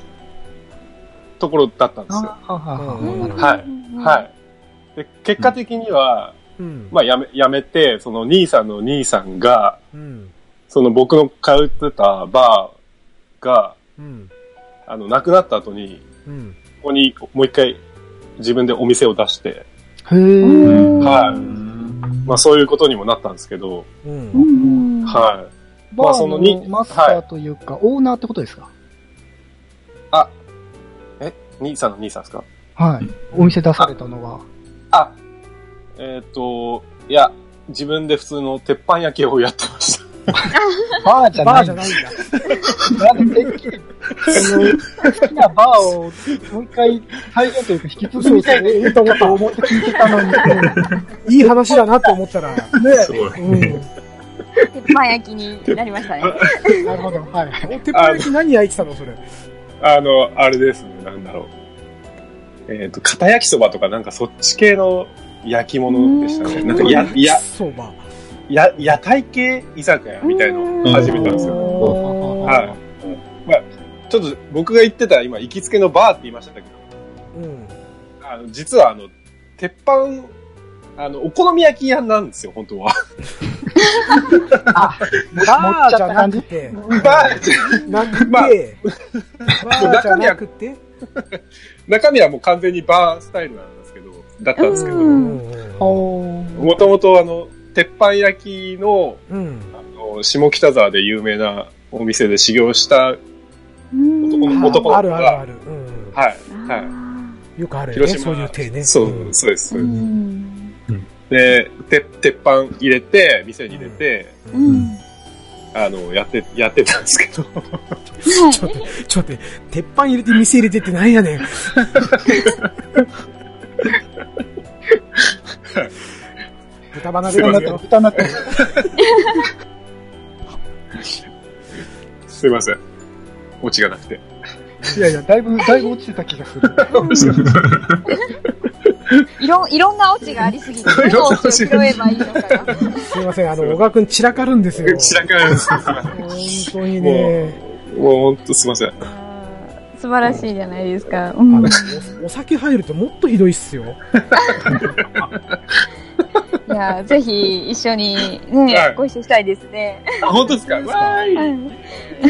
Speaker 2: ところだったんですよ。
Speaker 3: あはは
Speaker 1: うん
Speaker 2: はい
Speaker 5: い
Speaker 2: は。い。で、結果的には、
Speaker 1: うん
Speaker 2: まあ、やめ、やめて、その兄さんの兄さんが、
Speaker 1: うん
Speaker 2: その僕の通ってたバーが、
Speaker 1: うん
Speaker 2: あの、亡くなった後に、
Speaker 1: うん
Speaker 2: ここにもう一回自分でお店を出して、
Speaker 3: へえ。
Speaker 2: はい。まあ、そういうことにもなったんですけど、
Speaker 1: うん
Speaker 2: はい。
Speaker 3: バ
Speaker 2: まあそ
Speaker 3: ー
Speaker 2: のに
Speaker 3: のマスターというか、オーナーってことですか
Speaker 2: え兄さんの兄さんですか
Speaker 3: はい。お店出されたのは。
Speaker 2: あ、えっ、と、いや、自分で普通の鉄板焼きをやってました。
Speaker 3: バーじゃ
Speaker 1: バー
Speaker 3: ない
Speaker 1: じゃ
Speaker 3: んだ。
Speaker 1: ないんだ
Speaker 3: なんでてっきり、その、好きなバーをもう一回再現というか引き継ぐみたいな歌をと思って聞いてたのに、
Speaker 1: いい話だなと思ったら
Speaker 4: あ、すごい。
Speaker 1: うん
Speaker 5: 鉄板焼きになりましたね。
Speaker 3: なるほど、はい。
Speaker 1: お手っ焼き何焼いてたのそれ
Speaker 2: あの、あれですね、なんだろう。えっ、と、片焼きそばとかなんかそっち系の焼き物でしたね。なんかや、や、
Speaker 1: そうば
Speaker 2: や、屋台系居酒屋みたいのを始めたんですよ。
Speaker 1: よ
Speaker 2: はい。まあ、ちょっと僕が言ってた今、行きつけのバーって言いましたけど、
Speaker 1: うん
Speaker 2: あの、実はあの、鉄板、あの、お好み焼き屋なんですよ、本当は。
Speaker 1: バーじゃなくて
Speaker 2: バー
Speaker 1: なくて
Speaker 2: ま
Speaker 1: バ
Speaker 2: あ
Speaker 1: ーじゃなくて
Speaker 2: 中身はもう完全にバースタイルなんですけど、だったんですけど、
Speaker 5: う
Speaker 1: うんん
Speaker 3: お
Speaker 2: もともとあの、鉄板焼きの、
Speaker 1: うん
Speaker 2: あの、下北沢で有名なお店で修行した
Speaker 5: うん
Speaker 2: 男の男
Speaker 1: あ
Speaker 2: の子
Speaker 1: る
Speaker 2: が、
Speaker 1: あるあるうん
Speaker 2: はい、は
Speaker 5: あ
Speaker 1: よくある
Speaker 2: い。
Speaker 1: よね
Speaker 2: 広島。
Speaker 1: そういう手ね
Speaker 2: そう、そうです。そ
Speaker 5: ー
Speaker 2: ううです
Speaker 5: ん
Speaker 2: で、て鉄板入れて、店に入れて、
Speaker 1: う
Speaker 5: うんん
Speaker 2: あの、やって、やってたんですけど、 <laughs>
Speaker 1: ちょっと、ちょっと待って、鉄板入れて店入れてってなんやねん。豚鼻
Speaker 2: すい
Speaker 1: で
Speaker 2: ま
Speaker 1: な
Speaker 2: せん
Speaker 3: 豚になってる。
Speaker 2: すいません。オチがなくて。
Speaker 3: いやいや、だいぶ、だいぶ落ちてた気がする。
Speaker 5: いろん、いろんなオチがありす
Speaker 2: <laughs>
Speaker 5: ぎて、どのオチを拾えばいいのかが。
Speaker 1: すいません、あの、小川くん散らかるんです
Speaker 2: <laughs>
Speaker 1: よ。
Speaker 2: 散らかるんです。
Speaker 1: 本当にね、
Speaker 2: もうほんとすいません。
Speaker 5: うん素晴らしいじゃないですか。う
Speaker 1: あ
Speaker 5: ん
Speaker 1: の、おお酒入るともっとひどいっすよ。
Speaker 5: いや、ぜひ一緒にね、
Speaker 2: はい
Speaker 5: ご一緒したいですね。
Speaker 2: あ、本当ですかわーい。
Speaker 5: はい
Speaker 2: え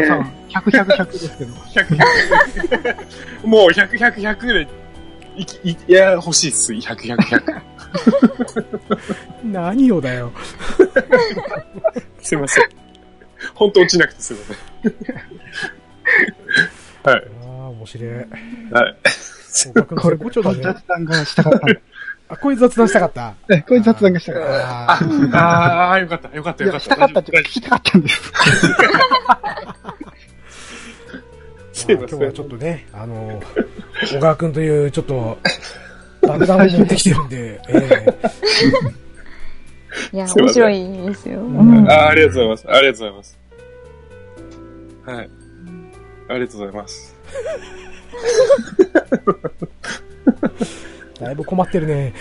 Speaker 2: ー
Speaker 3: さん、100、100、100ですけど。
Speaker 2: <laughs> もう100、100、100で、いき、いいや、欲しいっす。100、100、100。
Speaker 1: 何をだよ。
Speaker 2: <laughs> すいません。本当落ちなくてすいません。はい
Speaker 1: あ。あ、面白い。
Speaker 2: はい。
Speaker 1: 小川くん
Speaker 3: これ、
Speaker 1: 絶
Speaker 3: こ
Speaker 1: 好
Speaker 3: れ
Speaker 1: 調だね。
Speaker 3: 雑談がしたかったんだ
Speaker 1: あ、こういう雑談したかった。
Speaker 3: え。これ雑談がしたかっ。
Speaker 1: あー
Speaker 2: ああ、よかった、よかったた、
Speaker 3: い
Speaker 2: よかっ。
Speaker 3: や、したたかったっていうか、聞きたかったんです。
Speaker 2: すいま
Speaker 1: 今
Speaker 2: せん
Speaker 1: 日はちょっとね、あの、小川くんという、ちょっと、爆弾を持ってきてるんで、え
Speaker 5: いや、
Speaker 2: すいませ
Speaker 5: 面
Speaker 2: ん
Speaker 5: 白いですよ。うん
Speaker 2: あーありがとうございます。ありがとうございます。はい。ありがとうございます。
Speaker 1: えだいぶ困ってるね。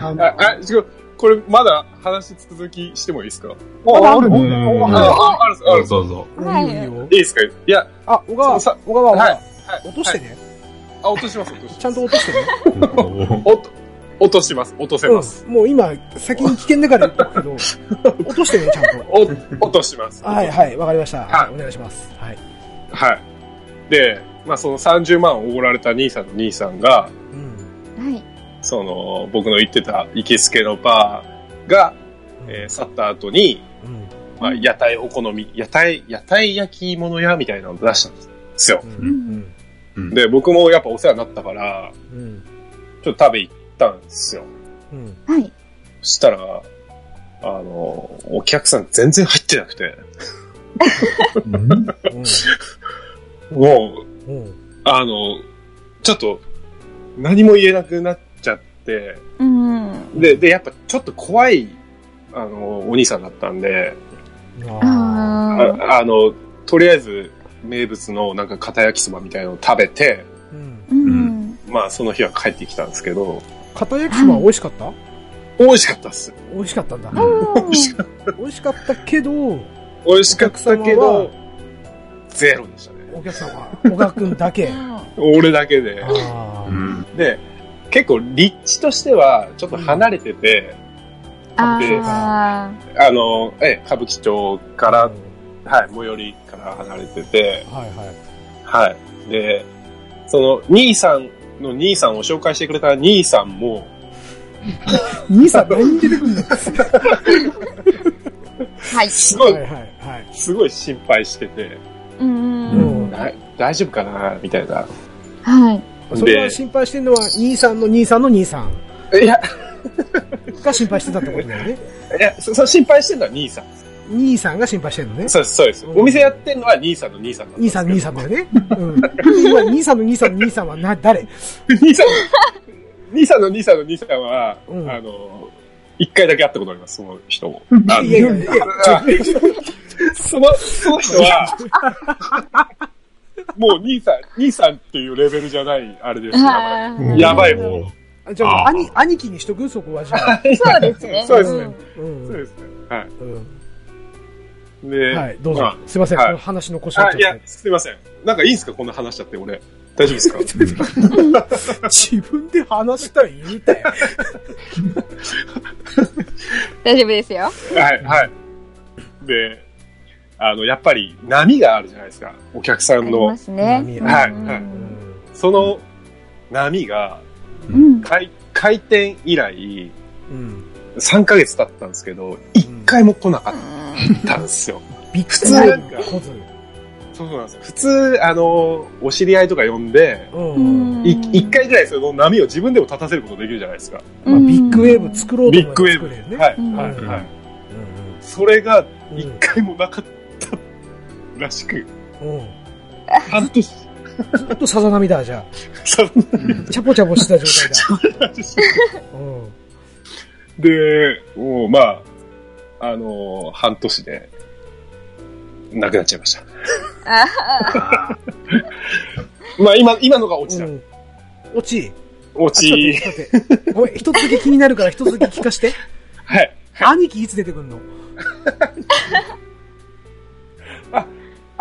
Speaker 3: あの
Speaker 2: あ、あ、違う。これ、まだ話続きしてもいいですか
Speaker 3: あ、あるの
Speaker 4: うん
Speaker 2: あ、ああるんですあるんです
Speaker 4: そうそ
Speaker 5: はいい
Speaker 1: いよいいよ
Speaker 2: いいですかいや、
Speaker 1: あ、小川、
Speaker 2: そうさ
Speaker 1: 小川、
Speaker 2: はい
Speaker 1: は
Speaker 2: はい
Speaker 1: 落としてね。
Speaker 2: あ、落とします、落とします。
Speaker 1: ちゃんと落と
Speaker 2: <laughs>
Speaker 1: してね。
Speaker 4: う。
Speaker 2: おっと落とします、落とせます。
Speaker 1: うん。もう今、先に危険だから言っとく
Speaker 2: <laughs>
Speaker 1: けど、落としてね、ちゃんと。
Speaker 2: お、落とします。
Speaker 1: はい、はい、わかりました。
Speaker 2: はい
Speaker 1: お願いします。はい。
Speaker 2: はい。で、まあ、その30万をおごられた兄さんの兄さんが、
Speaker 1: うん。
Speaker 5: はい。
Speaker 2: その、僕の言ってた行きつけのバーが、えー去った後に、
Speaker 1: うん。
Speaker 2: まあ、屋台お好み、屋台、屋台焼き物屋みたいなのを出したんですよ
Speaker 1: う。。
Speaker 4: うん
Speaker 2: で、僕もやっぱお世話になったから、
Speaker 1: うん。うん。
Speaker 2: ちょっと食べ行ったんですよ。
Speaker 1: うん。
Speaker 5: はい。
Speaker 2: そしたら、あの、お客さん全然入ってなくて、もう、
Speaker 1: うん。
Speaker 2: あの、ちょっと、何も言えなくなっちゃって、
Speaker 5: うん。
Speaker 2: で、で、やっぱちょっと怖い、あの、お兄さんだったんで、
Speaker 1: うん。あ
Speaker 5: あ
Speaker 2: ああの、とりあえず、名物のなんか片焼きそばみたいのを食べて、
Speaker 1: ーうん
Speaker 5: ー。うん。
Speaker 2: まあその日は帰ってきたんですけど、
Speaker 1: 片焼きそば美味しかった
Speaker 2: 美味しかったっす。
Speaker 1: 美味しかったんだ。
Speaker 5: う
Speaker 1: 美味しかったけど、
Speaker 2: 美味しかったけ
Speaker 1: お
Speaker 2: ど
Speaker 1: 客、
Speaker 2: ゼロでしたね。
Speaker 1: お客さん <laughs> は、小川くんだけ。
Speaker 5: ん
Speaker 2: 俺だけで。
Speaker 1: あー
Speaker 2: で、結構立地としてはちょっと離れてて、
Speaker 5: あ
Speaker 2: あの、ええ、歌舞伎町から、
Speaker 1: うん
Speaker 2: はい、最寄りから離れてて、
Speaker 1: はいはい。
Speaker 2: はい。で、その、兄さんの兄さんを紹介してくれた兄さんも、
Speaker 1: 兄さん何出てくるん
Speaker 2: <laughs>
Speaker 1: だ
Speaker 5: ー。はい。
Speaker 2: すごい
Speaker 1: はい、はいはい。
Speaker 2: すごい心配してて、
Speaker 5: うん。
Speaker 1: うん
Speaker 2: だ大丈夫かなみたいな。
Speaker 5: はい。
Speaker 1: それは心配してるのは、兄さんの兄さんの兄さん
Speaker 2: いや、
Speaker 1: が心配してたってことだよね。
Speaker 2: いや、そその心配してるのは兄さん。
Speaker 1: 兄さんが心配してるのね。
Speaker 2: そうです、そうです。お店やってるのは兄さんの兄さんなんで
Speaker 1: 兄
Speaker 2: すけ
Speaker 1: さん
Speaker 2: ど
Speaker 1: の兄さんだよね。うん。今、兄さんの兄さんの兄さんはな、誰
Speaker 2: 兄さん。兄さんの兄さんの兄さんは、
Speaker 1: うん
Speaker 2: あの、一回だけ会ったことあります、その人
Speaker 1: <laughs>
Speaker 2: も。
Speaker 1: いやいやいや、
Speaker 2: あその、その人は、 <laughs> もう兄さん、兄さんっていうレベルじゃない、あれですよ。
Speaker 5: はい。
Speaker 2: やばいもん。
Speaker 1: あじゃあ、兄、兄貴にしとくそこはじゃ
Speaker 2: <laughs>
Speaker 1: あ。
Speaker 5: そうで
Speaker 6: <laughs>
Speaker 5: すね。
Speaker 2: そうですね
Speaker 1: う
Speaker 2: そうで
Speaker 1: ん。
Speaker 2: すね。は
Speaker 1: うん
Speaker 2: い。で、
Speaker 1: はい、どうぞ
Speaker 2: ま。
Speaker 1: すいません、
Speaker 2: はい
Speaker 1: この話の腰を
Speaker 2: あ。あ、
Speaker 1: ち
Speaker 2: い
Speaker 1: ょ
Speaker 2: や
Speaker 1: っ、
Speaker 2: すいません。なんかいいんすかこんな話しちゃって、俺。大丈夫ですか
Speaker 1: <laughs> と。自分で話したい言うて。
Speaker 5: 大丈夫ですよ。
Speaker 2: はい、はい。で、あの、やっぱり波があるじゃないですか。お客さ
Speaker 5: あ
Speaker 2: ん
Speaker 5: り
Speaker 2: の
Speaker 5: ま。すね。
Speaker 2: はい
Speaker 5: うん
Speaker 2: はいう
Speaker 5: うん
Speaker 1: ん
Speaker 2: その波が、
Speaker 5: うん。
Speaker 2: 開開店以来、
Speaker 1: うん。
Speaker 2: 3ヶ月経ったんですけど、一回も来なかったんですよ。
Speaker 1: びっく
Speaker 2: 通なんか
Speaker 1: こずる。
Speaker 2: そうなんですよ。普通、あの、お知り合いとか呼んで、
Speaker 1: うん。
Speaker 2: い一、回ぐらいその波を自分でも立たせることできるじゃないですか。
Speaker 1: まあ、ビッグウェーブ作ろうと
Speaker 2: ビ
Speaker 1: 思
Speaker 2: ッグウェ
Speaker 1: え
Speaker 2: ー
Speaker 1: ば作れる
Speaker 2: ブ。
Speaker 1: ね。
Speaker 2: はい、
Speaker 5: うん
Speaker 2: はい、
Speaker 1: うん
Speaker 2: はい。
Speaker 1: うん
Speaker 2: それが
Speaker 1: うん
Speaker 2: 一回もなかったらしく、 <laughs>
Speaker 1: うん。
Speaker 2: 半年、
Speaker 1: ずっとさざ波だ、じゃ
Speaker 2: さ
Speaker 1: あ。チャポチャポしてた状態だ。うん。
Speaker 2: で、もうまあ、あのー半年で、なくなっちゃいました。
Speaker 6: あ
Speaker 2: まあ今、今のが落ちだ。
Speaker 1: うん落ち。
Speaker 2: 落
Speaker 1: あちょっ
Speaker 2: ち。
Speaker 1: と待って、ちょっと待って。ごめん、一つだけ気になるから一つだけ聞かして。
Speaker 2: はい。
Speaker 1: 兄貴いつ出てくんの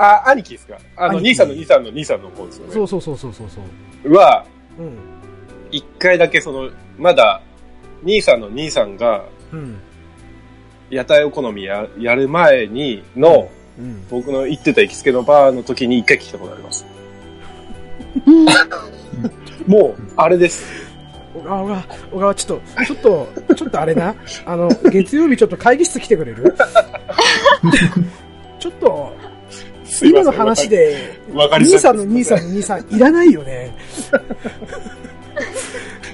Speaker 2: あ、兄貴ですかあの、
Speaker 1: 兄貴
Speaker 2: 兄さんの兄さんの兄さんの方ですよね。
Speaker 1: そうそうそうそうそうそう。
Speaker 2: は、
Speaker 1: うん。
Speaker 2: 一回だけその、まだ、兄さんの兄さんが、
Speaker 1: うん。
Speaker 2: 屋台お好みや、やる前にの、
Speaker 1: うん。
Speaker 2: 僕の行ってた行きつけのバーの時に一回来たことあります。もう、あれです。
Speaker 1: 小川、小川小川、ちょっと、ちょっと、ちょっとあれな。あの、月曜日ちょっと会議室来てくれ <laughs> るちょっと、
Speaker 2: すいま
Speaker 1: 今
Speaker 2: せん
Speaker 1: の話。で、
Speaker 2: わかり
Speaker 1: 兄
Speaker 2: づら
Speaker 1: さ
Speaker 2: い
Speaker 1: んの兄さんの兄さん、いらないよ <laughs> ね。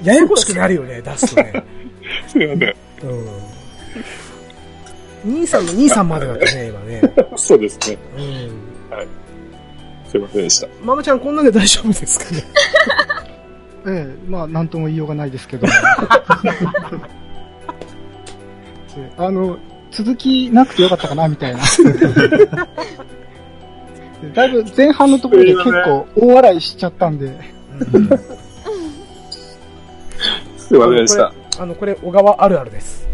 Speaker 1: ややこしくなるよね、出すとね。
Speaker 2: すいません。
Speaker 1: うん。兄さんの兄さんまでだったね、今ね。
Speaker 2: そうですね。
Speaker 1: うん。
Speaker 2: すいませんでした。
Speaker 1: ママちゃん、こんなんで大丈夫ですかね。
Speaker 3: ええ、まあ、なんとも言いようがないですけ
Speaker 2: <laughs>
Speaker 3: ど。あの、続きなくてよかったかな、みたい
Speaker 2: <laughs>
Speaker 3: な。だいぶ前半のところで結構大笑いしちゃった
Speaker 2: <laughs>
Speaker 3: んで、
Speaker 1: うん
Speaker 2: すいませんでした。
Speaker 1: あの、これ、小川あるあるです。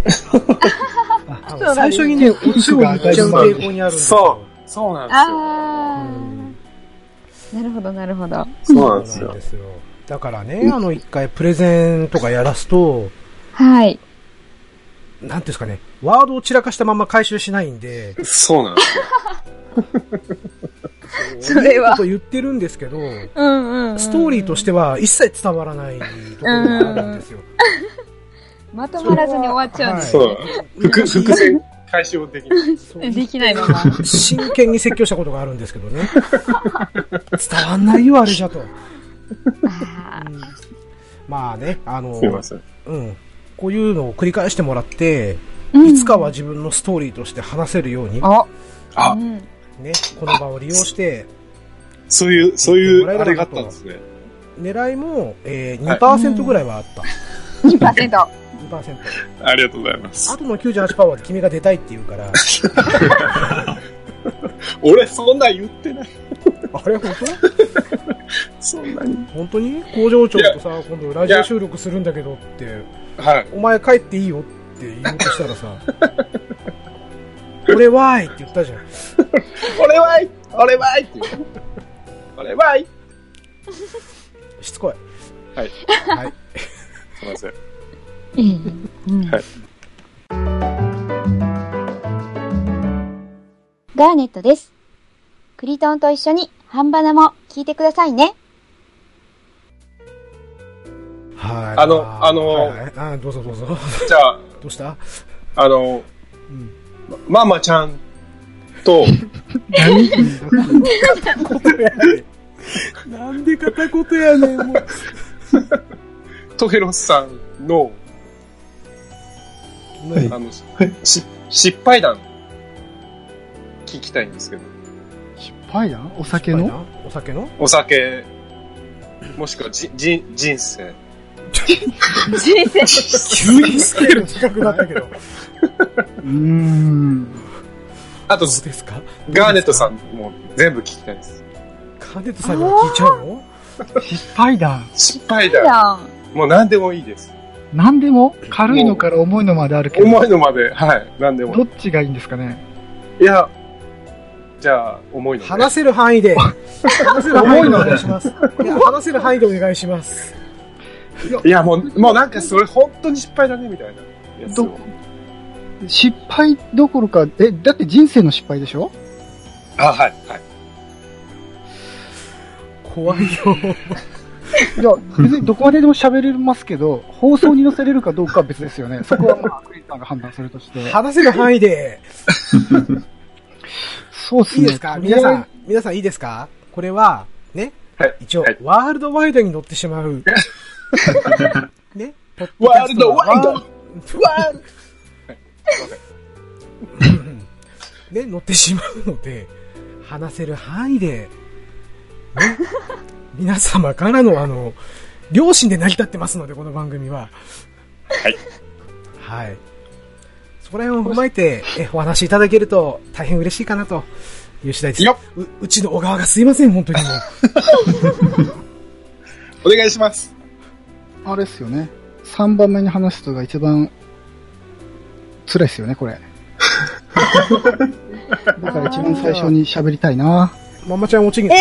Speaker 1: あの最初にね、
Speaker 3: そうなん
Speaker 1: オチを言
Speaker 3: ですね
Speaker 1: っちゃう傾向にあるんですよ
Speaker 2: う。そうなん
Speaker 6: あ
Speaker 1: うん
Speaker 6: ーなるほど、なるほど。
Speaker 2: そう
Speaker 1: そ
Speaker 2: な
Speaker 1: うん
Speaker 2: です
Speaker 1: なん
Speaker 2: よ。
Speaker 1: ですよ。だからね、あの、一回プレゼンとかやらすと、
Speaker 6: はい。
Speaker 1: なんていうんですかね、ワードを散らかしたまま回収しないんで、
Speaker 2: そうなんですよ。
Speaker 6: それ
Speaker 1: いいこ
Speaker 6: は。
Speaker 1: と言ってるんですけど、
Speaker 6: うんうん、うん。
Speaker 1: ストーリーとしては一切伝わらないところがあるんですよ。
Speaker 6: まとまらずに終わっちゃうんです。
Speaker 2: そう。伏伏線回収できない。
Speaker 1: そう
Speaker 6: できないまま。
Speaker 1: 真剣に説教したことがあるんですけどね。伝わんないよ、あれじゃと。うんまあね、あの
Speaker 2: すい、ません。
Speaker 1: うん。こういうのを繰り返してもらって、
Speaker 6: うん
Speaker 1: <laughs> いつかは自分のストーリーとして話せるように、
Speaker 6: あ、
Speaker 2: あ
Speaker 6: う、ん。
Speaker 1: ね、この場を利用して、
Speaker 2: そういう、そういう、あれがあったんですね。
Speaker 1: 狙いも、えー、2%ぐらいはあった。
Speaker 6: 2%。
Speaker 1: 2%。
Speaker 2: ありがとうございます
Speaker 1: あ。との98%は君が出たいって言う
Speaker 2: <laughs>
Speaker 1: から、
Speaker 2: 俺、そんな言ってない。
Speaker 1: あれ本
Speaker 2: そんなに。
Speaker 1: 当本当に工場長とさ、今度ラジオ収録するんだけどって、
Speaker 2: はい。
Speaker 1: お前帰っていいよって言おうとしたらさ、 <laughs> 俺はーいって言ったじゃん。
Speaker 2: 俺はい俺はいって言う。俺はい
Speaker 1: しつこい。
Speaker 2: はい。
Speaker 1: はい。
Speaker 2: すいません。
Speaker 6: ええうん
Speaker 2: はい
Speaker 5: ガーネットです。クリトンと一緒に半ばなも聞いてくださいね。
Speaker 1: はい。
Speaker 2: あのあの
Speaker 1: はいはいあどうぞどうぞ。
Speaker 2: じゃあ、
Speaker 1: どうした <laughs>
Speaker 2: あの、
Speaker 1: うん
Speaker 2: ママちゃん <laughs> と、
Speaker 1: なんで片言やねん、もう。
Speaker 2: トヘロスさんの、
Speaker 1: はい
Speaker 2: あの、し失敗談、聞きたいんですけど、
Speaker 3: 失敗だお酒の
Speaker 1: お酒の
Speaker 2: お酒、もしくはじ、じ、人生。
Speaker 6: 人生。
Speaker 1: 急にスケール近くなったけど。ど
Speaker 3: うーん。
Speaker 2: あと、
Speaker 1: うですか
Speaker 2: ガーネットさんも全部聞きたいです。
Speaker 1: カーネットさんにも聞いちゃうの
Speaker 3: 失敗だ
Speaker 2: 失敗
Speaker 6: じ
Speaker 2: 談、
Speaker 6: ゃん。
Speaker 2: もう何でもいいです。
Speaker 3: 何でも軽いのから重いのまであるけど、
Speaker 2: 重いのまで、はい、何でも
Speaker 3: ど。っちがいいんですかね
Speaker 2: いや、じゃあ、重いので。
Speaker 1: 話せる範囲で。話せる範囲でお願いします。いや、話せる範囲でお願いします。
Speaker 2: いや、もう、もうなんかそれ本当に失敗だね、みたいなやつを。
Speaker 3: ど失敗どころか、え、だって人生の失敗でしょ
Speaker 2: あ、はい、はい。
Speaker 1: 怖いよ。
Speaker 3: いや、別にどこまででも喋れますけど、放送に載せれるかどうかは別ですよね。そこはまあ、クリスさんが判断するとして。
Speaker 1: 話せる範囲で。
Speaker 3: そうです
Speaker 1: いい
Speaker 3: ね。
Speaker 1: ですか皆さん、皆さんいいですかこれは、ね、
Speaker 2: はい
Speaker 1: 一応
Speaker 2: はい、
Speaker 1: ワールドワイドに乗ってしま
Speaker 2: <laughs>
Speaker 1: う。ね、ポッドキ
Speaker 2: ワー
Speaker 1: ャ
Speaker 2: ル
Speaker 1: スト
Speaker 2: ド
Speaker 1: は
Speaker 2: ワイドワール
Speaker 1: ね、乗ってしまうので、話せる範囲で、ね、皆様からの、あの、両親で成り立ってますので、この番組は。
Speaker 2: はい。
Speaker 1: はい。そこら辺を踏まえて、え、お話しいただけると、大変嬉しいかなと、いう次第です。
Speaker 2: よ
Speaker 1: う、うちの小川がすいません、本当にもう。
Speaker 2: お願いします。
Speaker 3: あれっすよね。3番目に話すのが一番辛いっすよね、こ <laughs> れ。だから一番最初に喋りたいな。
Speaker 1: ママちゃんおちぎえ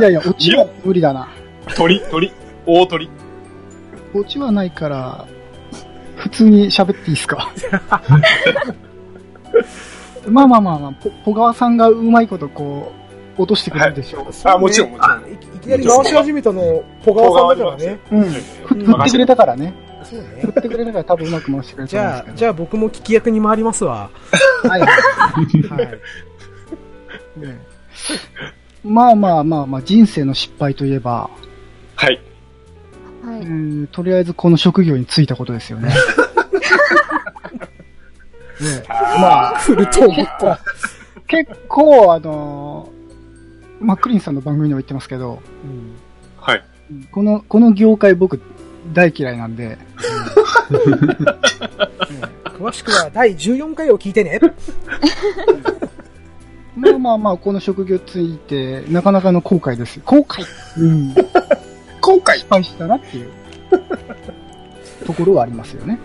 Speaker 3: いやいや、オチは無理だな。
Speaker 2: 鳥、鳥、大鳥。
Speaker 3: オチはないから、普通に喋っていいっす <laughs> か。まあまあまあまあ、ぽ小川さんがうまいことこう、落としてくれるでしょう。
Speaker 2: あ、もちろん、もちろん。
Speaker 1: いいきなり回し始めたの、小川さんだからね。
Speaker 3: うん。ふ
Speaker 1: うん
Speaker 3: 振ってくれたからね。
Speaker 1: そうね
Speaker 3: 振。ってくれたから多分うまく回してくれ
Speaker 1: じ
Speaker 3: た
Speaker 1: ゃ
Speaker 3: ん
Speaker 1: あ、
Speaker 3: です
Speaker 1: じゃあ僕も聞き役に回りますわ。
Speaker 3: けど。はい
Speaker 1: はい。
Speaker 3: ねまあまあまあまあ、人生の失敗といえば、
Speaker 2: はい。
Speaker 5: は
Speaker 3: う
Speaker 5: い。
Speaker 3: ーんとりあえずこの職業に就いたことですよ <laughs> ね。ねまあ、
Speaker 1: 来ると思った。
Speaker 3: 結構あのーマックリンさんの番組でも言ってますけど、
Speaker 1: うん
Speaker 2: はい。
Speaker 3: この、この業界僕大嫌いなんで、
Speaker 1: 詳しくは第14回を聞いてね。
Speaker 3: まあまあまあ、この職業ついて、なかなかの後悔ですよ。後悔うん。失
Speaker 2: 今回、
Speaker 3: 敗したなっていう、ところはありますよね。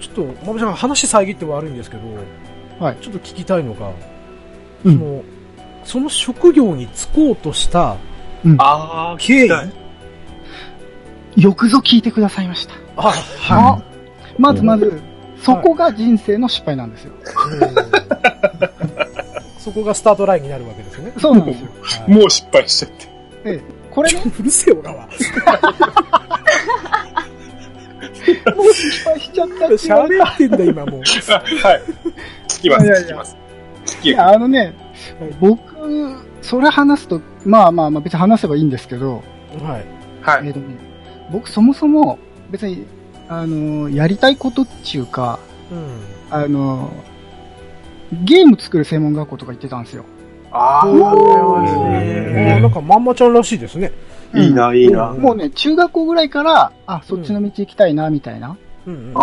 Speaker 1: ちょっと、まぶちゃん話遮って悪いんですけど、
Speaker 3: はい
Speaker 1: ちょっと聞きたいのが、
Speaker 3: う
Speaker 1: そ
Speaker 3: ん
Speaker 1: の、その職業に就こうとした
Speaker 2: あー、
Speaker 1: 経緯
Speaker 2: はい
Speaker 3: よくぞ聞いてくださいました。
Speaker 1: あ、
Speaker 3: あまずまず、そこが人生の失敗なんですよ。
Speaker 1: うんそこがスタートラインになるわけですね。
Speaker 3: そうなんですよ。
Speaker 1: はい
Speaker 2: もう失敗しちゃって。
Speaker 3: ええ、これね、
Speaker 1: うるせえ、小川。
Speaker 3: もう失敗しちゃったって言われた
Speaker 1: 喋ってんだ、今もう。
Speaker 2: はい。聞きます、
Speaker 3: いやいや
Speaker 2: 聞きます。聞き
Speaker 3: いやあのね、僕、それ話すと、まあまあまあ別に話せばいいんですけど、
Speaker 1: はい。
Speaker 2: は
Speaker 3: え
Speaker 2: い。
Speaker 3: っとね、僕そもそも別に、あの、やりたいことっていうか、
Speaker 1: うん。
Speaker 3: あの、ゲーム作る専門学校とか行ってたんですよ。
Speaker 2: あ
Speaker 1: おーなんかまんまちゃんらしいですね。
Speaker 3: うん
Speaker 4: いいな、いいな。
Speaker 3: もうね、中学校ぐらいから、あ、そっちの道行きたいな、みたいな、
Speaker 1: うんうん。
Speaker 2: ー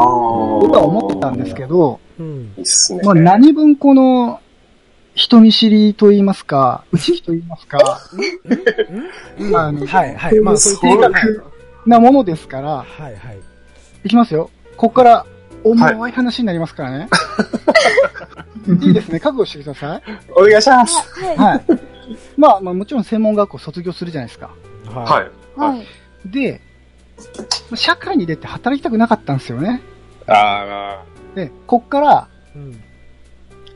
Speaker 3: 僕は思ってたんですけど、
Speaker 1: うん。
Speaker 2: いいっすね。
Speaker 3: まあ、何分この、人見知りと言いま
Speaker 1: <laughs>
Speaker 3: すか、内気と言いますか、あの、
Speaker 1: はいはい。まあ、そう
Speaker 3: 性
Speaker 1: いうはい
Speaker 3: 格なものですから、
Speaker 1: はいはい。
Speaker 3: いきますよ。ここから、重い話になりますからね。 <laughs> い、いですね。覚悟してください。
Speaker 2: お願いします。
Speaker 5: は
Speaker 3: はい。まあ、まあ、もちろん専門学校卒業するじゃないですか。
Speaker 1: は。
Speaker 2: はいい。
Speaker 5: い。はい。
Speaker 3: で、まあ社会に出て働きたくなかったんですよね。
Speaker 2: あ
Speaker 3: で、こっから、
Speaker 1: うん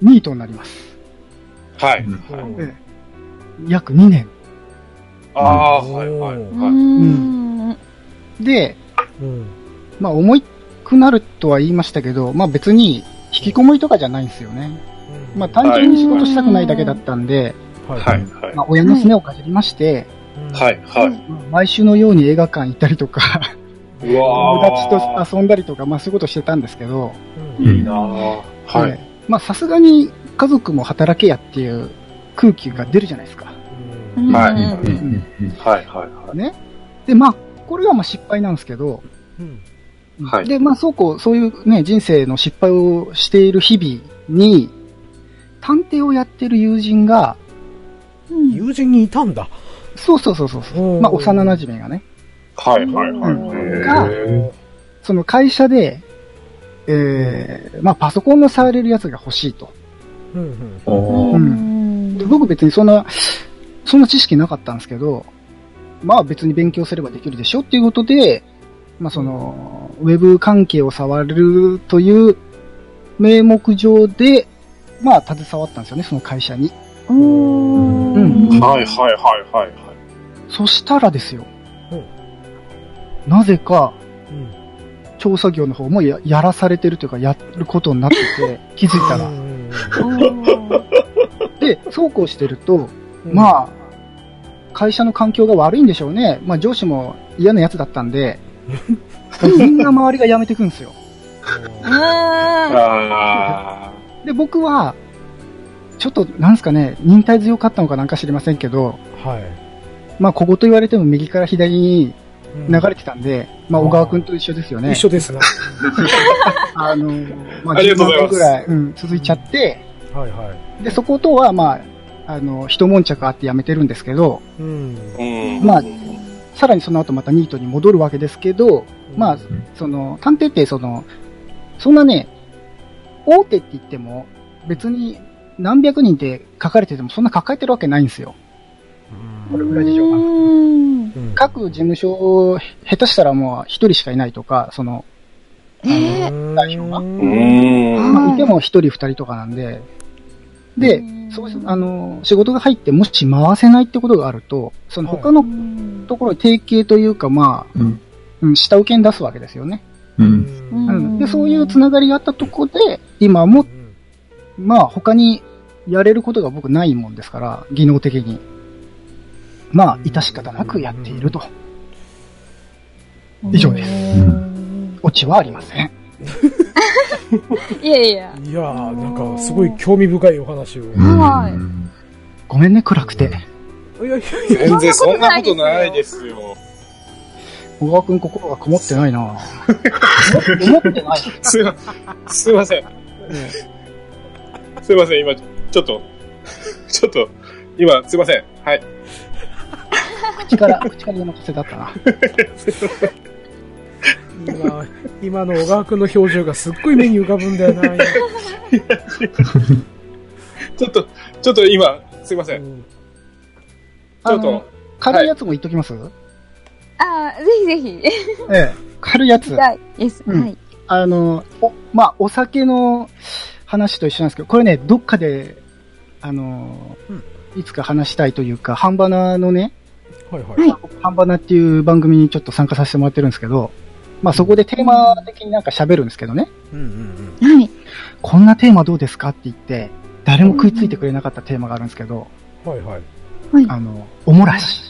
Speaker 3: ニートになります。
Speaker 2: ー、はい。
Speaker 1: うん
Speaker 3: ええ約2年。
Speaker 2: あー、はい、はい、
Speaker 5: うー
Speaker 2: はい。
Speaker 5: ん。
Speaker 3: で、
Speaker 1: うん。
Speaker 3: まあ、重くなるとは言いましたけど、まあ、別に、引きこもりとかじゃないんですよね。まあ、単純に仕事したくないだけだったんで、
Speaker 1: はい
Speaker 2: はい、はい。
Speaker 3: まあ、親のすねをかじりまして、
Speaker 2: はい、はい。
Speaker 3: まあ毎週のように映画館行ったりと
Speaker 2: <laughs>
Speaker 3: か、
Speaker 2: う
Speaker 3: 友
Speaker 2: わ
Speaker 3: 達
Speaker 2: ー。
Speaker 3: と遊んだりとか、まあ、そういうことしてたんですけど、
Speaker 1: うん
Speaker 4: いい
Speaker 2: な
Speaker 4: な。
Speaker 2: あはい。
Speaker 3: ええまあ、さすがに家族も働けやっていう空気が出るじゃないですか。
Speaker 1: う
Speaker 5: うんん
Speaker 2: はい
Speaker 5: うん
Speaker 4: うんうんうん
Speaker 2: はい、はい、は
Speaker 3: ね。で、まあ、これがまあ失敗なんですけど、
Speaker 1: うん
Speaker 2: はい
Speaker 3: で、まあ、そうこう、そういうね、人生の失敗をしている日々に、探偵をやってる友人が、
Speaker 5: うん
Speaker 1: 友人にいたんだ。
Speaker 3: そうそうそうそうそうう、
Speaker 1: ん
Speaker 3: まあ、幼馴染がね、
Speaker 2: い。はい、はい、はい。
Speaker 3: が
Speaker 2: へ
Speaker 3: その会社で、えー、まあ、パソコンの触れるやつが欲しいと。
Speaker 1: うんうん
Speaker 5: う。
Speaker 3: うんで僕別にそんな、そんな知識なかったんですけど、まあ別に勉強すればできるでしょっていうことで、まあその、ウェブ関係を触れるという名目上で、まあ携わったんですよね、その会社に。
Speaker 5: うーん
Speaker 2: ーはい、はい、はい、はい。はい
Speaker 3: そしたらですよ
Speaker 1: うん。
Speaker 3: なぜか、
Speaker 1: うん
Speaker 3: 調査業の方もややらされてるというか、やることになって
Speaker 2: <laughs>
Speaker 3: て、気づいたら。で、そうこうしてると、
Speaker 1: うん
Speaker 3: まあ、会社の環境が悪いんでしょうね。まあ、上司も嫌なやつだったんで、
Speaker 2: <laughs>
Speaker 3: みんな周りが辞めてくんですよ。
Speaker 5: あ
Speaker 2: あ
Speaker 3: で、僕は、ちょっと、なんすかね、忍耐強かったのかなんか知りませんけど、
Speaker 1: はい。
Speaker 3: まあ、小言言われても右から左に流れてたんで、まあ、小川くんと一緒ですよね。
Speaker 1: 一緒ですね。
Speaker 3: あの、ま
Speaker 2: ありがとうございます
Speaker 3: 分ぐらい、うん、続いちゃって、
Speaker 1: はいはい。
Speaker 3: で、そことは、まあ、あの、一悶着あってやめてるんですけど、
Speaker 1: うん。
Speaker 2: うん。
Speaker 3: まあさらにその後またニートに戻るわけですけど、まあ
Speaker 1: うん、
Speaker 3: その、探偵って、その、そんなね、大手って言っても、別に何百人って書かれてても、そんな抱えてるわけないんですよ。これぐらい事情がある。
Speaker 5: うん。
Speaker 1: うん
Speaker 3: 各事務所、下手したらもう一人しかいないとか、その、
Speaker 5: ええ。
Speaker 1: うん
Speaker 3: 代表が
Speaker 2: うん。
Speaker 3: まあいても一人二人とかなんで、で、そうあの、仕事が入ってもし回せないってことがあると、その他の
Speaker 5: うん
Speaker 3: ところに提携というか、まあ、
Speaker 7: うん
Speaker 3: うん下請けに出すわけですよね。
Speaker 7: う。
Speaker 1: うんん
Speaker 3: うんで、そういうつながりがあったとこで、今も、まあ、他にやれることが僕ないもんですから、技能的に。まあ、致し方なくやっていると。以上です
Speaker 5: うん
Speaker 3: オチはありません。
Speaker 5: いやいや。
Speaker 1: いやー、なんか、すごい興味深いお話を。い
Speaker 5: はい
Speaker 7: うん
Speaker 3: ごめんね、暗くて。
Speaker 1: やいやいや、
Speaker 2: 全然そんなことないですよ。
Speaker 3: 小川くん心がこもってないな思ってない。
Speaker 2: すいま、すいません。すいません、今、ちょっと、ちょっと、今、すいません。はい。
Speaker 3: 口から、口からのかせだったな。
Speaker 1: 今、今の小川くんの表情がすっごい目に浮かぶんだよな。今
Speaker 2: ちょっと、ちょっと今、すいませ。
Speaker 1: うんん
Speaker 2: ちょっ
Speaker 3: あの
Speaker 2: と、
Speaker 3: 軽いやつも言っときます、
Speaker 5: ああ、ぜひぜひ。
Speaker 3: ええ。軽いやつ。
Speaker 5: はい。です。
Speaker 3: うん
Speaker 5: はい。
Speaker 3: あの、お、まあ、お酒の話と一緒なんですけど、これね、どっかで、あの、
Speaker 1: うん
Speaker 3: いつか話したいというか、ハンバナのね、
Speaker 1: はいはい。
Speaker 5: はい
Speaker 3: ハンバナっていう番組にちょっと参加させてもらってるんですけど、まあ、そこでテーマ的になんか喋るんですけどね、
Speaker 1: うんうん
Speaker 5: はい。
Speaker 3: こんなテーマどうですかって言って、誰も食いついてくれなかったテーマがあるんですけど、
Speaker 1: うん。はいはい。
Speaker 3: あの、おもらし。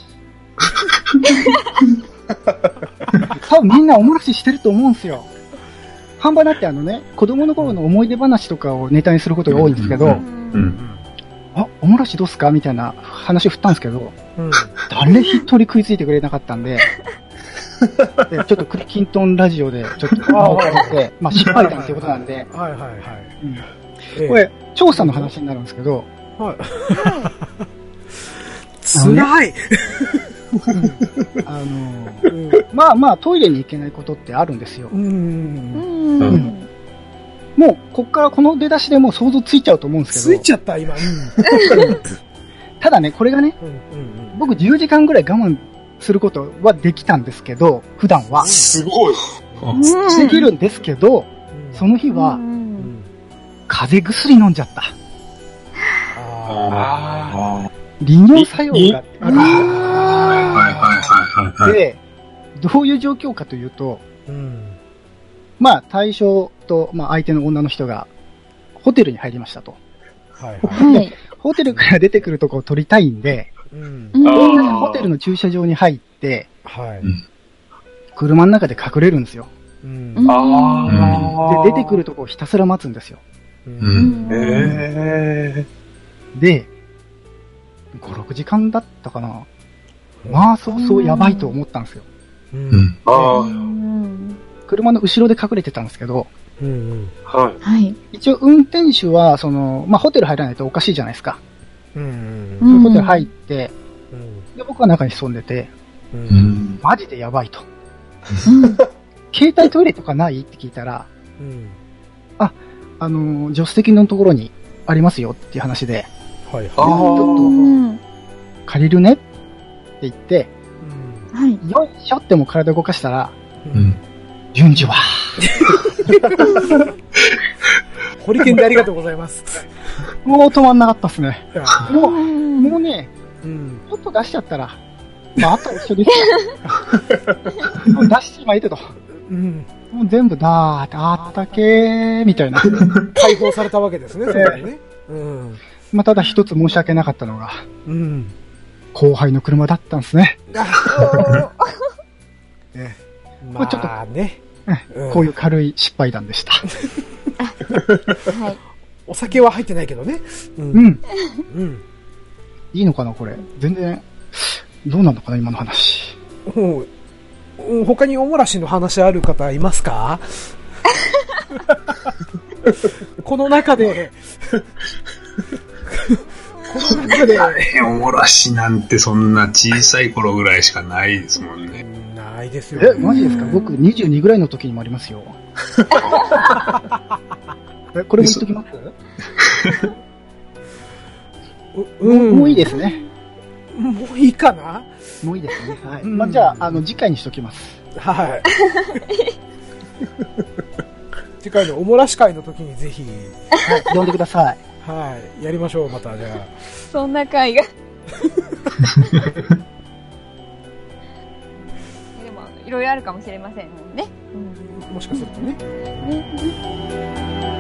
Speaker 3: 多分みんなおもらししてると思うんですよ。半端だってあのね、子供の頃の思い出話とかをネタにすることが多いんですけど、
Speaker 7: うん
Speaker 5: う
Speaker 7: うんん
Speaker 3: あ、おもらしどうすかみたいな話を振ったんですけど、
Speaker 1: うん。
Speaker 3: 誰一人食いついてくれなかったんで、でちょっとクリキントンラジオでちょっと
Speaker 1: あ
Speaker 3: お話しして、まあ失敗談っていうことなんで、
Speaker 1: はいはいはい。
Speaker 3: うん
Speaker 1: ええ
Speaker 3: これ、調査の話になるんですけど、
Speaker 1: つらい。
Speaker 3: あの、まあまあトイレに行けないことってあるんですよ
Speaker 1: う。ん。
Speaker 5: うん
Speaker 7: う
Speaker 3: もう、こっからこの出だしでもう想像ついちゃうと思うんです
Speaker 1: つ
Speaker 3: け
Speaker 1: い
Speaker 3: ど、
Speaker 1: ちゃった、今。
Speaker 3: ただね、これがね、
Speaker 1: うんうん
Speaker 3: 僕10時間ぐらい我慢することはできたんですけど、普段は。
Speaker 2: すごい。
Speaker 3: できるんですけど、
Speaker 1: うん。
Speaker 3: その日は、
Speaker 1: うんん
Speaker 3: 風邪薬飲んじゃった。
Speaker 1: あ
Speaker 3: 利尿作用がある
Speaker 7: はいはいはいはい
Speaker 3: ん
Speaker 7: はい。
Speaker 3: で、どういう状況かというと、
Speaker 1: ーうん。
Speaker 3: まあ、対象と、まあ、相手の女の人が、ホテルに入りましたと。
Speaker 1: はいはい。
Speaker 5: はい。
Speaker 3: ホテルから出てくるとこを撮りたいんで、
Speaker 1: うん。
Speaker 5: うん
Speaker 2: あー
Speaker 3: ホテルの駐車場に入って、
Speaker 1: はい。
Speaker 3: 車の中で隠れるんですよ。
Speaker 1: うん
Speaker 5: うん
Speaker 3: で、出てくるとこをひたすら待つんですよ。
Speaker 1: う。
Speaker 7: うんん。
Speaker 2: え
Speaker 3: で、5、6時間だったかな。まあ、そうそうやばいと思ったんですよ。
Speaker 1: う
Speaker 7: う
Speaker 1: ん
Speaker 7: ん。
Speaker 2: ー。あ
Speaker 5: う
Speaker 2: ー
Speaker 5: ん
Speaker 3: 車の後ろで隠れてたんですけど、
Speaker 1: うんうん。
Speaker 2: はい。
Speaker 5: はい。
Speaker 3: 一応運転手は、その、まあ、ホテル入らないとおかしいじゃないですか。
Speaker 1: うん
Speaker 5: うん
Speaker 3: ホテル入って、
Speaker 1: うん
Speaker 3: で、僕は中に潜んでて、
Speaker 1: う
Speaker 7: うんん。
Speaker 3: マジでやばいと。
Speaker 5: うん
Speaker 3: 携帯トイレとかないって聞いたら、
Speaker 1: うん。
Speaker 3: あの、助手席のところにありますよっていう話で、
Speaker 1: はい
Speaker 2: あ
Speaker 1: は
Speaker 2: ー
Speaker 1: い。
Speaker 5: うん
Speaker 3: 借りるねって言って、
Speaker 1: うん
Speaker 5: はい。
Speaker 3: よいしょっても体動かしたら、
Speaker 7: うん。
Speaker 3: 順次は、
Speaker 1: ホリケンでありがとうござい
Speaker 3: <laughs>
Speaker 1: ます。
Speaker 3: もう止まんなかったっすね。
Speaker 1: いや
Speaker 3: もう、
Speaker 5: も
Speaker 3: もうね、
Speaker 1: うん。
Speaker 3: ちょっと出しちゃったら、まあ、あとは一緒ですよ。もう出してしまいてと。
Speaker 1: うん。
Speaker 3: もう全部だーって、あったけー、みたいな。
Speaker 1: 解放されたわけですね、そこでね。うん。
Speaker 3: まあ、ただ一つ申し訳なかったのが、
Speaker 1: うん。
Speaker 3: 後輩の車だったんですね。 <laughs>
Speaker 1: まあね。うん
Speaker 3: こういう軽い失敗談でした。
Speaker 5: はい。
Speaker 1: お酒は入ってないけどね。う。
Speaker 3: うんん。
Speaker 1: うん。
Speaker 3: いいのかな、これ。全然、どうなのかな、今の話。
Speaker 1: おうおう他におもらしの話ある方います
Speaker 3: <laughs>
Speaker 1: かこの中
Speaker 3: <laughs>
Speaker 1: で、この中で、
Speaker 4: え、おもらしなんてそんな小さい頃ぐらいしかないですもんね。
Speaker 1: ないですよ、
Speaker 3: え、マジですか
Speaker 5: うん
Speaker 3: 僕22ぐらいの時にもありますよ。えこれも言っときます
Speaker 1: う
Speaker 3: もうもういい
Speaker 1: で
Speaker 3: ですね。
Speaker 1: もういいかな
Speaker 3: もういいですね。はい。
Speaker 1: うん
Speaker 3: まあ、じゃあ、あの、次回にしときます。
Speaker 1: はい。 <laughs> 次回のおもらし会の時にぜひ、
Speaker 3: はい。呼んでください。
Speaker 1: はい、やりましょう、また、じゃ
Speaker 5: そんな回が。でも、いろいろあるかもしれませんもんね。
Speaker 1: あ。もしかするとね。
Speaker 5: ね